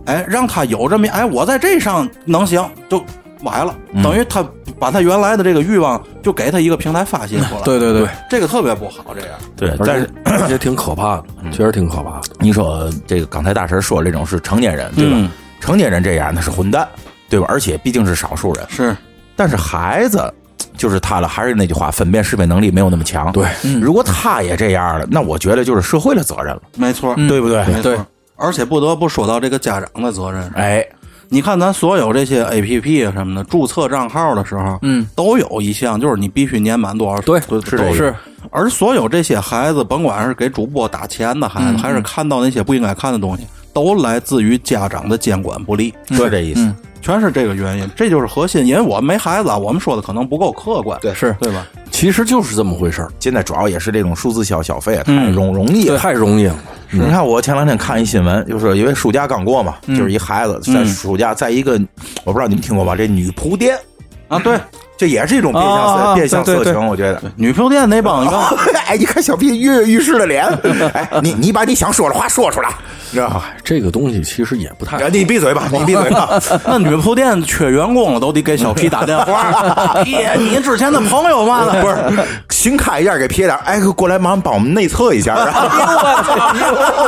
S1: 哎，让他有这么一哎，我在这上能行就完了，等于他把他原来的这个欲望就给他一个平台发泄出来，
S3: 对对对，
S1: 这个特别不好，这样。
S2: 对
S4: 而且 (clears throat) 而且挺可怕的，确实挺可怕的。
S2: 你说这个刚才大神说这种是成年人，对吧？
S1: 嗯
S2: 成年人这样那是混蛋，对吧？而且毕竟是少数人，
S1: 是，
S2: 但是孩子就是他了，还是那句话，分辨是非能力没有那么强。
S4: 对，
S2: 如果他也这样了，那我觉得就是社会的责任了，
S1: 没错，
S2: 对不对？
S1: 没错。而且不得不说到这个家长的责任上，
S2: 哎，
S1: 你看咱所有这些 A P P 啊什么的，注册账号的时候，
S3: 嗯，
S1: 都有一项就是你必须年满多少，
S4: 对
S1: 都
S2: 是
S1: 都
S2: 这个
S1: 是。而所有这些孩子，甭管是给主播打钱的孩子，还是看到那些不应该看的东西，都来自于家长的监管不力，
S2: 是这意思。
S1: 全是这个原因，这就是核心。因为我们没孩子啊，我们说的可能不够客观，
S2: 对
S1: 是对吧？
S4: 其实就是这么回事儿，
S2: 现在主要也是这种数字消消费啊太容容易了。
S4: 太容易了。
S2: 你看，我前两天看一新闻，就是因为暑假刚过嘛，就是一孩子在暑假在一个，我不知道你们听过吧？这女仆店，
S1: 啊，对，
S2: 这也是一种变相色、
S3: 啊啊啊
S2: 变相
S3: 对
S2: 色
S3: 对对
S2: 情，我觉得。
S1: 女票店那帮人，
S2: (laughs) 哎，你看小 B 跃跃欲试的脸，哎，你你把你想说的话说出来，你知道吧？
S4: 哎这个东西其实也不太
S2: 你闭嘴吧，你闭
S1: (laughs)
S2: 嘴吧。
S1: 那女仆店缺员工了，都得给小 P 打电
S2: (laughs)
S1: 话。爹，你之前的朋友嘛的，
S2: 不是，新开一下给撇点，哎，过来马上帮我们内测一下，
S1: 哎
S2: 然后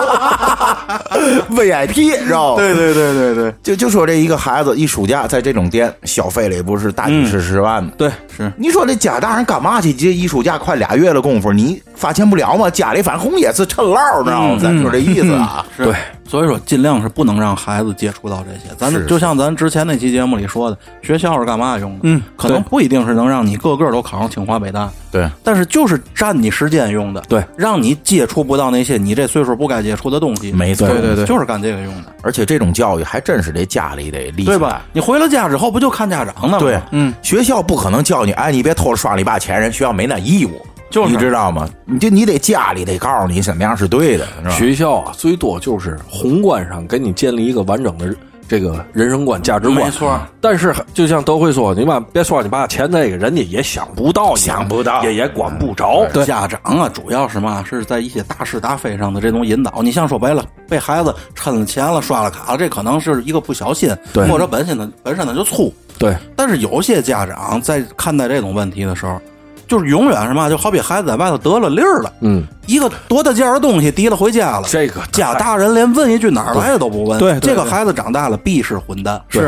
S2: (laughs) VIP，知道吧？
S1: 对对对对对，
S2: 就就说这一个孩子一暑假在这种店消费了，也不是大几
S1: 嗯
S2: 十十万的。
S1: 对是。
S2: 你说这家大人干嘛去？这一暑假快俩月的功夫，你发现不了吗？家里反正也是趁唠，知道
S1: 嗯
S2: 吗？咱就这意思啊。
S1: 是对，所以说尽量是不能让孩子接触到这些。咱
S2: 是
S1: 就像咱之前那期节目里说的，学校是干嘛用的？嗯，可能不一定是能让你个个都考上清华北大，
S2: 对，
S1: 但是就是占你时间用的。
S4: 对，
S1: 让你接触不到那些你这岁数不该接触的东西。
S2: 没错
S1: 对
S2: 对
S1: 对，就是干这个用的，
S2: 而且这种教育还真是得家里得立起来
S1: 对吧？？你回了家之后不就看家长呢吗？
S2: 对，嗯，学校不可能教你，哎，你别偷着刷你爸钱，人学校没那义务，
S1: 就是
S2: 你知道吗？你就你得家里得告诉你什么样是对的，是吧？
S4: 学校啊，最多就是宏观上给你建立一个完整的这个人生观、价值观。
S1: 没错。
S4: 但是就像德辉说，你妈别说你爸钱这个，人家也想不到，
S2: 想不到
S4: 也也管不着。
S1: 家长啊，主要是嘛，是在一些大是大非上的这种引导。你像说白了，被孩子趁了钱了、刷了卡了，这可能是一个不小心，
S4: 对
S1: 或者本身他本身他就粗。
S4: 对，
S1: 但是有些家长在看待这种问题的时候，就是永远是嘛，就好比孩子在外头得了粒儿了，
S4: 嗯，
S1: 一个多大件儿的东西提了回家了， (laughs)
S4: 这个
S1: 家大人连问一句哪儿来的都不问。
S3: 对对对
S1: 这个孩子长大了必是混蛋。
S2: 对，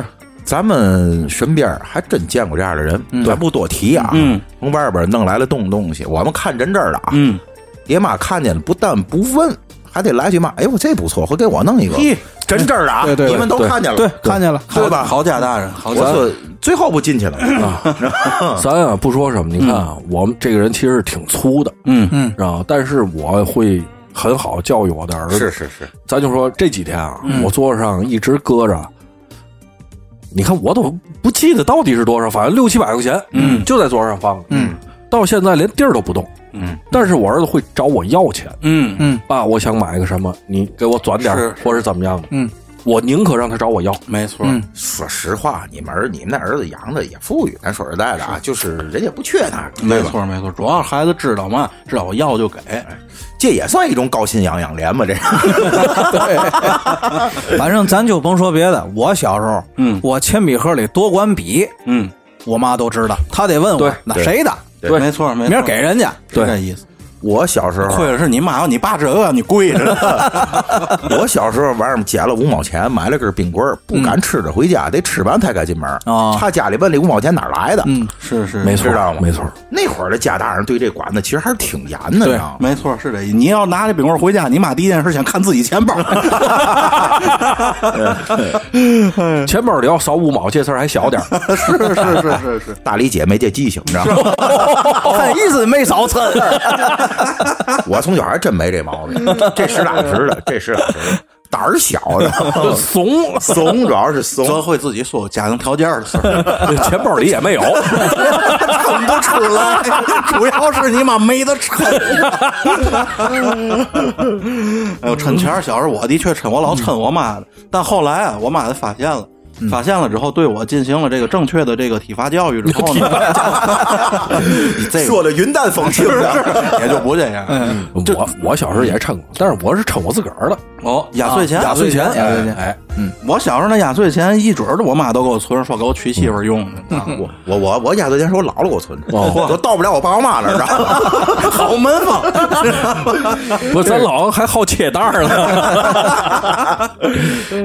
S2: 咱们身边还真见过这样的人，咱不多提啊。
S1: 嗯，
S2: 从外边弄来了东东西，我们看真真儿的啊。
S1: 嗯，
S2: 爹妈看见了，不但不问，还得来句嘛，哎呦，这不错，回给我弄一个。
S1: 嘿
S2: 真真儿的啊，
S3: 对对对
S2: 你们都看见了，
S3: 对，看见了，
S1: 好
S2: 对吧
S1: 好家大人，好
S2: 我
S1: 家大人
S2: 说最后不进去了啊，
S4: 咱啊不说什么，你看啊，我们这个人其实挺粗的，
S1: 嗯
S4: 嗯，然后但是我会很好教育我的儿子。
S2: 是是，
S4: 咱就说这几天啊，我桌上一直搁着，你看我都不记得到底是多少，反正六七百块钱，嗯，就在桌上放着，嗯，到现在连地儿都不动，嗯，但是我儿子会找我要钱，
S1: 嗯嗯，
S4: 爸，我想买个什么，你给我转点儿，
S1: 是
S4: 或者怎么样的，
S3: 嗯，
S4: 我宁可让他找我要，
S1: 没错。
S2: 说实话，你们儿你们那儿子养的也富裕，咱说实在的啊，就是人家不缺那，
S1: 没
S2: 对吧？
S1: 错，没错，主要是孩子知道嘛，知道我要就给，
S2: 这也算一种高薪养养廉吧？这
S3: 嗯反正咱就甭说别的，我小时候，
S1: 嗯
S3: 我铅笔盒里多管笔，
S1: 嗯，
S3: 我妈都知道，她得问
S4: 对
S3: 我那谁的，
S2: 对
S1: 没错，没错，
S3: 明儿给人家。
S1: 是这意思。
S2: 我小时候啊
S1: 亏，了是你妈，你爸这个你跪着，
S2: 我小时候晚上捡了五毛钱，买了根冰棍儿，
S4: 嗯
S2: 不敢吃着回家，得吃完才敢进门儿。
S3: 哦
S2: 怕家里问这五毛钱哪儿来的？
S4: (laughs)
S3: 嗯，
S1: 是是，
S4: 啊没错，
S2: 知道吗
S4: 没错，
S2: 那会儿的家大人对这管子其实还是挺严的，你知
S1: 对啊
S2: 道
S4: 啊
S2: 吗，？
S1: 没错，是这意思。你要拿这饼棍回家，你妈第一件事想看自己钱 (laughs) 包，
S4: 钱包里要少五毛，这事儿还小点儿，
S2: (laughs)
S1: 是是是是是，
S4: (laughs)
S2: 大理姐没这记性，你知道吗？
S3: (laughs) 看意思没
S1: (laughs)
S3: 少蹭。
S2: 我从小还真没这毛病，这实打实的，这实打实的，胆儿小的，
S4: 怂，
S2: 怂主要是怂，
S1: 泽会自己说家庭条件的事
S4: (laughs)
S1: 儿，
S4: 钱包里也没有，
S1: 看不出来，主要是你妈没得抻。 (laughs) 哎呦，抻钱儿小时候我的确抻，我老抻我妈的，但后来啊，我妈她发现了。
S4: 嗯
S1: 发现了之后，对我进行了这个正确的这个体罚教育之后
S4: (laughs)
S1: 呢，你这个
S2: 说的云淡风轻的。嗯
S1: 也就不这样。
S4: 我我小时候也趁过，但是我是趁我自个儿的，
S1: 哦，压岁钱，
S3: 压岁钱
S1: 哎
S3: 压岁钱
S4: 哎，
S1: 我小时候那压岁钱一准儿的，我妈都给我存着，说给我娶媳妇儿用的。啊
S2: 我我我我压岁钱是我姥姥给我存的，
S4: 哦
S2: 我都到不了我爸我妈那儿，知道
S1: (laughs)
S2: 吗？
S1: 好门风，
S4: 不是，咱老还好切蛋儿了。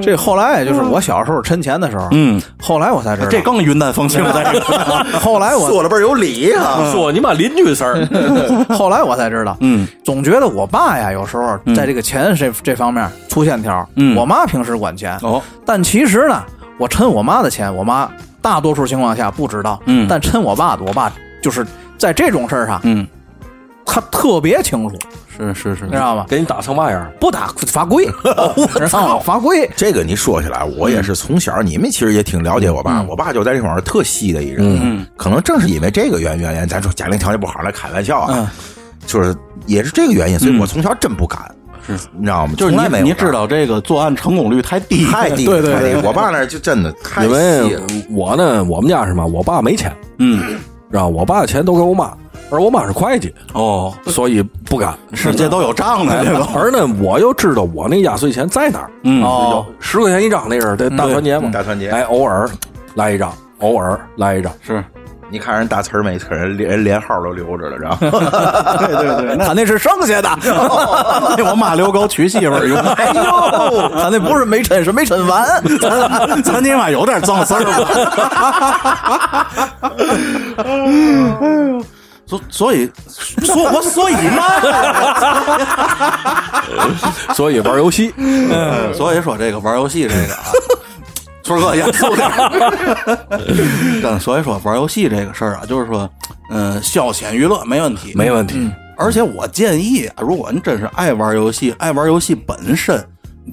S3: 这后来就是我小时候抻钱的时候，
S1: 嗯，
S3: 后来我才知道，
S1: 这更云淡风轻了。这个
S3: (laughs) 后来我
S2: 说的倍儿有理啊。
S4: 说你妈邻居事儿，
S3: (laughs) 后来我才知道，
S1: 嗯，
S3: 总觉得我爸呀，有时候在这个钱这这方面出线条，
S1: 嗯
S3: 我妈平时管钱，
S1: 哦，
S3: 但其实呢，我趁我妈的钱，我妈大多数情况下不知道，
S1: 嗯
S3: 但趁我爸的，我爸就是在这种事儿上，
S1: 嗯，
S3: 他特别清楚，
S1: 是是是啊
S3: 你知，道吗？
S4: 给你打成嘛样？
S3: 不打罚跪，我
S2: (laughs)
S3: 操，罚跪，
S2: 这个你说起来，我也是从小，你们其实也挺了解我
S1: 嗯
S2: 爸，我爸就在这方面特细的一人。嗯，可能正是因为这个原原因，咱说家庭条件不好，来开玩笑啊，
S1: 嗯
S2: 就是也是这个原因，所以我从小真不敢，是你知道吗？
S1: 就是
S2: 从来没
S1: 你
S2: 有
S1: 你
S2: 敢
S1: 知道这个作案成功率太低，
S2: 太低，
S3: 对对
S2: 太低
S3: 对
S2: 我爸那儿就真的
S1: 哎
S2: 太
S4: 因
S2: 细了
S4: 为。我呢，我们家是嘛，我爸没钱，
S1: 嗯
S4: 知道吧我爸的钱都给我妈，而我妈是会计，
S1: 哦，
S4: (laughs) 所以不敢。
S1: 是这都有账的这个，
S4: (laughs) 而呢，我又知道我那压岁钱在哪儿，
S1: 嗯
S3: 哦，
S4: 十块钱一张那阵儿，对大团结嘛，
S2: 嗯大团结
S4: 哎，偶尔来一张，偶尔来一张，
S1: 是，
S2: 你看人大词儿没词儿，人连连号都留着了，知道 (laughs) 吗？
S1: (laughs) 对对对，
S3: 他那是剩下的，
S1: (laughs) 那我妈遛狗娶媳妇儿用，
S3: 哎呦，他那不是没抻，是没抻完，
S1: (laughs) 咱咱今晚有点脏事儿吧。 (laughs) 所所以，所我所以嘛，
S4: (laughs) 所以玩游戏，
S1: 嗯所以说这个玩游戏这个啊，春儿哥严肃点儿。但所以说玩游戏这个事儿啊，就是说，嗯、消遣娱乐没问题，
S4: 没问题。
S1: 而且我建议啊，如果您真是爱玩游戏，爱玩游戏本身，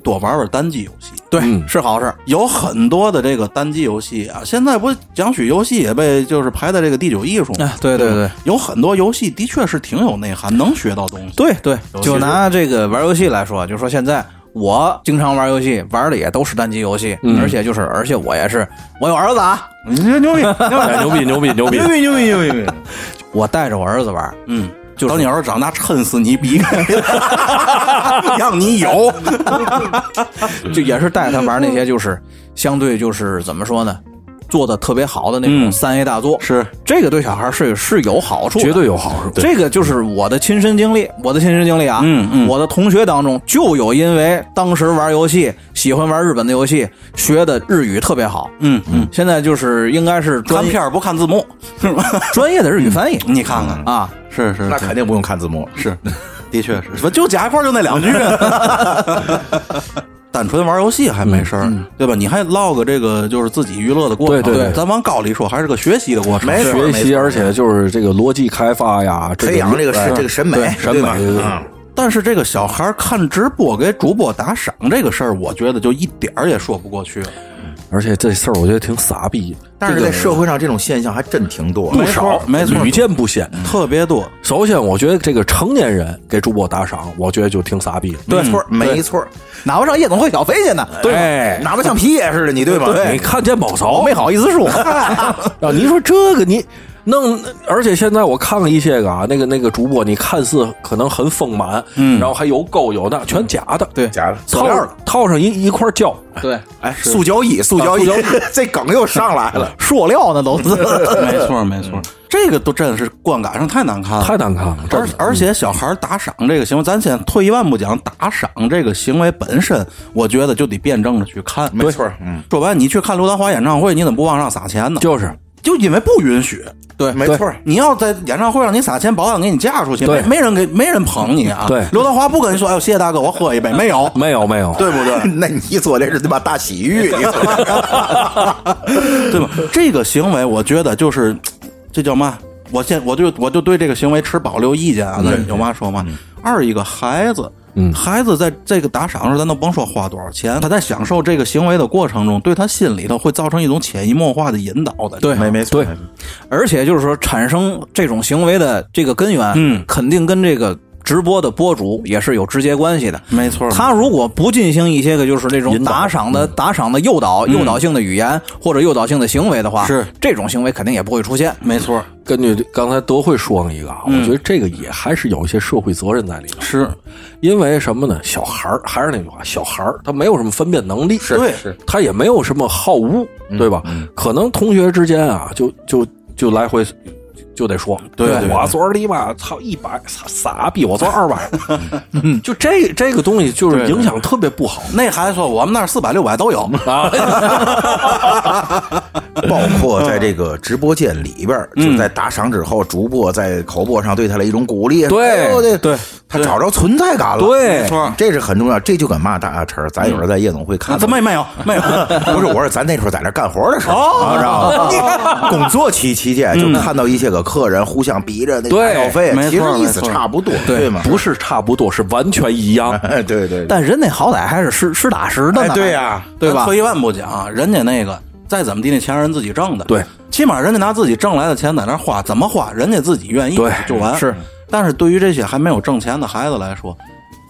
S1: 多玩玩单机游戏。
S3: 对，
S4: 嗯
S3: 是好事儿，
S1: 有很多的这个单机游戏啊，现在不讲曲游戏也被就是排在这个第九艺术嘛、
S3: 哎对对对
S1: 吧，有很多游戏的确是挺有内涵，能学到东西。
S3: 对对，
S1: 游戏
S3: 就是拿这个玩游戏来说，就说现在我经常玩游戏，玩的也都是单机游戏，
S1: 嗯
S3: 而且就是，而且我也是，我有儿子啊，
S1: 你这牛逼，
S4: (laughs) 哎牛逼牛逼牛逼！
S1: 逼， (laughs) 牛逼，牛逼，牛逼！
S3: 我带着我儿子玩，
S1: 嗯，
S3: 就是
S1: 等你儿子长大，抻死你逼， (laughs) 让你有。
S3: 就也是带着他
S1: (laughs)
S3: 玩那些就是相对就是怎么说呢，做的特别好的那种
S1: 嗯
S3: 三 A 大作，
S1: 是
S3: 这个对小孩是是有好处的，
S4: 绝对有好处。
S3: 这个就是我的亲身经历，我的亲身经历啊，
S1: 嗯嗯
S3: 我的同学当中就有因为当时玩游戏，喜欢玩日本的游戏，学的日语特别好，
S1: 嗯嗯，
S3: 现在就是应该是
S1: 看
S3: 专业
S1: 片儿不看字幕，是吧？
S3: 专业的日语翻译
S1: 你看
S4: 嗯
S1: 看，
S3: 啊，
S1: 是是，
S2: 那肯定不用看字幕，
S1: 是， (laughs) 的确是，不就加一块儿就那两句啊。 (laughs) 单纯玩游戏还没事儿，对吧？你还唠个这个就是自己娱乐的过程，
S4: 对对对
S1: 咱往高里说，还是个学习的过程，
S2: 没错
S4: 学习，而且就是这个逻辑开发呀，
S2: 培养这个
S4: 哎
S2: 审这个审美
S4: 对，审
S2: 对
S4: 美
S2: 吧
S4: 对对
S2: 嗯
S1: 但是这个小孩儿看直播给主播打赏这个事儿，我觉得就一点儿也说不过去了。
S4: 而且这事儿我觉得挺傻逼的，
S2: 但是在社会上这种现象还真挺多。
S1: 不少，没错，
S4: 屡见不鲜。
S1: 特别多。
S4: 首先，我觉得这个成年人给主播打赏，我觉得就挺傻逼的。
S2: 没错，没错，
S3: 哪怕上夜总会小飞去呢，
S4: 对
S3: 哎
S2: 哪怕像皮爷似的，你对吗？哎
S4: 你看见宝
S3: 我
S4: 嫂
S3: 哎哦没好意思说，
S4: (laughs) 啊？你说这个你弄，而且现在我看了一些个啊，那个那个主播，你看似可能很丰满，嗯，然后还有沟有那，全假的，
S3: 对
S2: 假的，
S4: 套套上一一块胶，
S3: 对，
S2: 哎，塑胶椅，塑
S1: 啊
S2: 胶椅， (laughs) 这梗又上来了。
S3: 塑料那都是，
S1: (laughs) 没错，没错，这个都真的是观感上太难看了，
S4: 太难看了。
S1: 而而且小孩打赏这个行为，咱先退一万步讲，打赏这个行为本身，我觉得就得辩证着去看。
S2: 没错，嗯，
S1: 说白了，你去看刘德华演唱会，你怎么不往上撒钱呢？
S4: 就是
S1: 就因为不允许。
S3: 对，
S2: 没错，
S1: 你要在演唱会上你撒钱，保险给你嫁出去，没
S4: 对
S1: 没人给没人捧你啊。
S4: 对，
S1: 刘德华不跟你说，哎呦，谢谢大哥，我喝一杯，没有
S4: 没有没有，
S1: 对不对？
S2: (laughs) 那你做这是他妈大洗浴，你做
S1: (laughs) 对吧？这个行为，我觉得就是嘖这叫嘛？我现我就我就对这个行为持保留意见啊，
S3: 嗯
S1: 咱有嘛说嘛。二一个孩子，孩子在这个打赏的时候，咱都甭说花多少钱，他在享受这个行为的过程中，对他心里头会造成一种潜移默化的引导的。
S3: 对
S2: 没没错，
S4: 对
S3: 而且就是说产生这种行为的这个根源，嗯，肯定跟这个直播的播主也是有直接关系的，
S1: 没错，嗯
S3: 他如果不进行一些个就是那种
S4: 引导
S3: 打赏的、打赏的诱导、诱导性的语言或者诱导性的行为的话，
S1: 是
S3: 这种行为肯定也不会出现。
S1: 没错
S4: 根据刚才德惠说了一个啊，
S3: 嗯
S4: 我觉得这个也还是有一些社会责任在里头，
S1: 是
S4: 因为什么呢？小孩儿还是那句话，小孩儿他没有什么分辨能力，
S1: 对
S2: 是
S4: 他也没有什么好恶，对吧？可能同学之间啊，就就就来回就得说，
S1: 对对
S4: 我昨儿你妈操一百，傻傻逼，我昨儿二百，就这这个东西就是影响特别不好。啊
S1: 那孩子说我们那儿四百六百都有，
S2: (laughs) 包括
S1: 嗯
S2: 在这个直播间里边儿，就在打赏之后，主播在口播上对他的一种鼓励，
S4: 对
S2: 哎呦对
S1: 对，
S2: 他找着存在感了，嗯
S4: 对没
S1: 错嗯
S2: 这是很重要，这就跟嘛大碴儿，咱有时候在夜总会看，
S1: 怎么也没有哦没有，
S2: (laughs) 不是，我说咱那时候在那干活的时候，啊知道
S1: (laughs)
S2: 吗？工作期期间就看到一些个客人互相比着那
S4: 对
S2: 消费，
S1: 嗯没错
S2: 其实意思
S1: 没错
S2: 差不多，对吗？
S4: 不是差不多，是完全一样。
S2: 哎，对对，对
S3: 但人那好歹还是实实打实的
S2: 哎
S3: 呢，
S2: 对呀，
S3: (laughs) 对吧
S1: 咱退一万步讲，啊人家那个再怎么地，那钱是人自己挣的，
S4: 对，
S1: 起码人家拿自己挣来的钱在那儿花，怎么花人家自己愿意，
S4: 对
S1: 就完。
S3: 是，
S1: 但是对于这些还没有挣钱的孩子来说，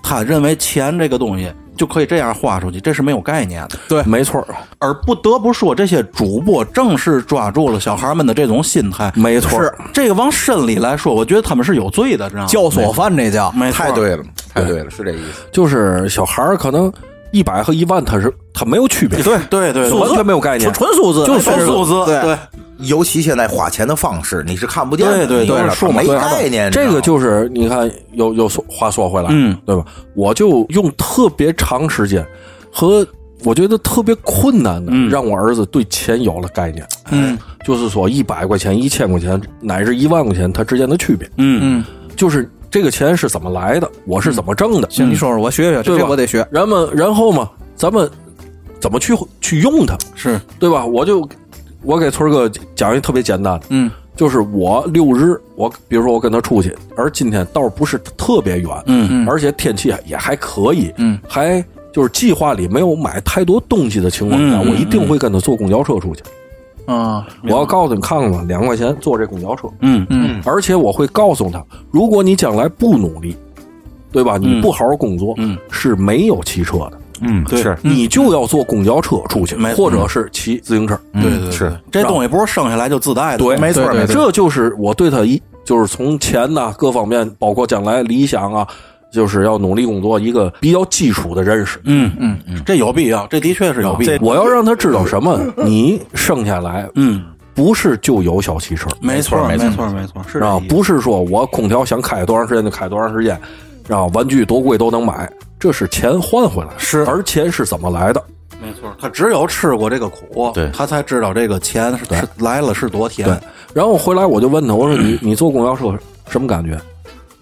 S1: 他认为钱这个东西就可以这样花出去，这是没有概念的。
S4: 对，没错儿，
S1: 而不得不说，这些主播正是抓住了小孩们的这种心态。
S4: 没错儿。
S1: 是这个往深里来说，我觉得他们是有罪的，知道吗？
S3: 教唆犯这叫
S1: 没错
S2: 太对了，太对了，是这意思。
S4: 就是小孩儿可能一百和一万，他是他没有区别，
S1: 对对对，
S4: 完全没有概念
S3: 纯。纯数字，
S1: 就是
S3: 纯
S1: 数字，
S3: 对
S1: 对
S2: 尤其现在花钱的方式，你是看不见
S1: 对
S2: 的，
S1: 对
S2: 你
S1: 对
S2: 了
S1: 数码
S2: 没
S1: 对
S2: 概念，
S4: 这
S2: 你
S4: 个
S2: 知道吗
S4: 就是你看，又又说话说回来，
S1: 嗯，
S4: 对吧？我就用特别长时间和我觉得特别困难的，让我儿子对钱有了概念。
S1: 嗯，
S4: 就是说一百块钱、一千块钱乃至一万块钱，它之间的区别，
S1: 嗯
S4: 就是这个钱是怎么来的，我是怎么挣的。
S1: 嗯
S3: 行，你说说，我学学，
S4: 对
S3: 这
S4: 吧
S3: 我得学。
S4: 然后，然后嘛，咱们怎么去去用它，
S1: 是
S4: 对吧？我就我给村儿哥讲一个特别简单的，
S1: 嗯
S4: 就是我六日，我比如说我跟他出去，而今天倒是不是特别远，
S1: 嗯
S4: 嗯，而且天气也还可以，嗯，还就是计划里没有买太多东西的情况下，
S1: 嗯嗯
S4: 我一定会跟他坐公交车出去。
S3: 嗯，
S4: 我要告诉你，看看吧，两块钱坐这公交车，
S1: 嗯嗯
S4: 而且我会告诉他，如果你将来不努力，对吧？你不好好工作，嗯，是没有汽车的，
S2: 嗯，
S1: 对
S2: 是
S4: 你就要坐公交车出去，
S1: 没错嗯
S4: 或者是骑自行车，
S1: 对对对，
S2: 是
S1: 这东西不是生下来就自带的，
S4: 对，
S2: 没错
S3: 对对
S2: 没错。
S4: 这就是我对他一就是从钱呐、各方面，包括将来理想啊，就是要努力工作一个比较基础的认识。
S1: 嗯嗯嗯，这有必要，这的确是有必要，
S4: 我要让他知道什么，你生下来
S1: 嗯，
S4: 不是就有小汽车，
S1: 没错
S2: 没
S1: 没
S2: 错
S1: 错没错，是这
S4: 啊
S1: 意，思
S4: 不是说我空调想开多长时间就开多长时间，啊，玩具多贵都能买，这是钱换回来，
S1: 是
S4: 而钱是怎么来的？
S1: 没错，他只有吃过这个苦，
S2: 对
S1: 他才知道这个钱是是来了是多甜，
S4: 然后回来我就问他，我说你你坐公交车什么感觉？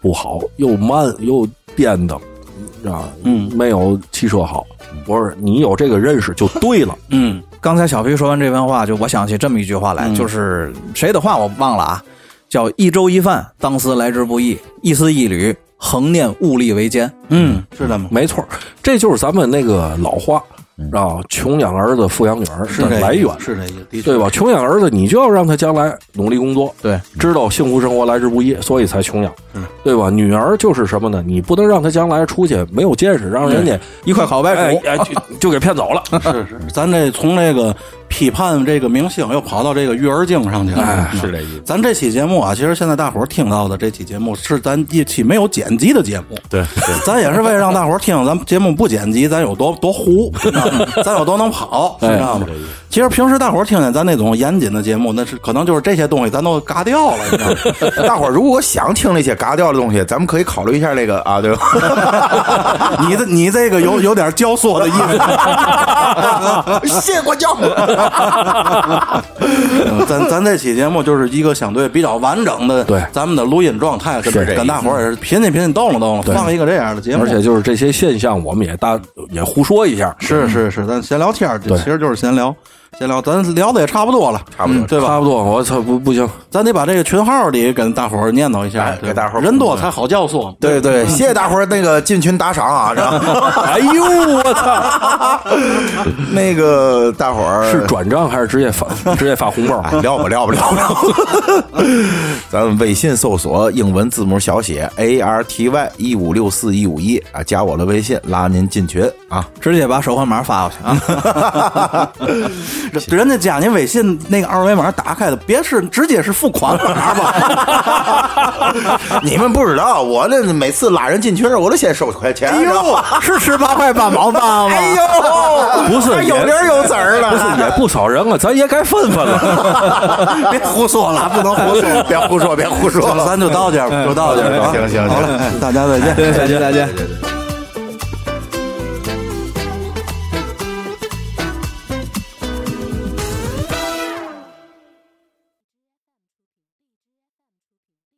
S4: 不好，又慢又颠的，啊，嗯，没有汽车好。我说你有这个认识就对了，
S1: 嗯
S3: 刚才小皮说完这番话，就我想起这么一句话来，就是谁的话我忘了啊，叫一粥一饭，当思来之不易；一丝一缕，恒念物力维艰。
S1: 嗯，是这么
S4: 没错儿，这就是咱们那个老话，啊，穷养儿子，富养女儿
S1: 是这
S4: 的来
S1: 意思
S4: 源，
S1: 是这意思，的确
S4: 对吧？穷养儿子，你就要让他将来努力工作，
S3: 对，
S4: 知道幸福生活来之不易，所以才穷养，对吧？女儿就是什么呢？你不能让她将来出去没有见识，让人家
S3: 一块烤白
S4: 哎
S3: 薯，
S4: 哎就就给骗走了。
S1: 是是，咱这从这个批判这个明星，又跑到这个育儿经上去了。
S2: 哎
S1: 啊
S2: 是这意思
S1: 咱这期节目啊，其实现在大伙儿听到的这期节目是咱一期没有剪辑的节目，
S2: 对对
S1: 咱也是为了让大伙儿听咱们节目不剪辑，咱有多多糊，知道吗咱有多能跑，
S2: 哎
S1: 知道吗？其实平时大伙儿听见咱那种严谨的节目，那是可能就是这些东西咱都嘎掉了，你知
S2: (laughs)
S1: 道吗？
S2: 大伙儿如果想听那些嘎掉的东西，咱们可以考虑一下这个啊，对吧？
S1: 你这你这个有有点教唆的意思，
S2: (laughs) 谢国教，
S1: (laughs) 嗯咱咱这期节目就是一个相对比较完整的，
S4: 对
S1: 咱们的录音状态，跟
S2: 是这意思
S1: 跟大伙儿也是品品品品动了动了，放一个这样的节目，
S4: 而且就是这些现象，我们也大也胡说一下，
S1: 是是是，咱闲聊天儿，这其实就是闲聊，闲聊，咱聊的也差不多了，
S2: 差不多
S1: 嗯对吧？
S4: 差不多，我操，不不行，
S1: 咱得把这个群号里跟大伙儿念叨一下，
S2: 哎
S1: 对吧
S2: 给大伙儿
S1: 人多才好教唆，
S2: 对 (laughs) 对，谢谢大伙儿那个进群打赏啊，然 (laughs) 后
S4: 哎呦， (laughs) 我操，
S2: 那个大伙儿
S4: 是转账还是直接发直接
S2: (laughs)
S4: 发红包？
S2: 哎，聊吧聊吧聊吧聊吧。 (laughs) 咱们微信搜索英文字母小写 A R T Y 一五六四一五一啊，加我的微信，拉您进群啊。
S3: 直接把手环码发过去啊！
S1: 人家加你微信那个二维码打开的，别是直接是付款
S2: (laughs)
S1: 码吧？
S2: 你们不知道，我那每次拉人进群儿，我都先收块钱。
S3: 哎呦，
S2: (laughs)
S3: 是十八块八毛八吗？
S2: 哎呦，
S4: 不是
S2: 还有
S4: 也
S2: 零儿有籽儿
S4: 不是
S2: 了。
S4: 也不少人了，咱也该分分了。
S1: 别胡说了，不能胡说。
S2: 别胡说，别胡说了。
S1: 咱就到这儿，就到这儿， (laughs)
S2: 行行行
S1: 好嘞，哎大家再见。
S3: 再见再见。
S2: 对对对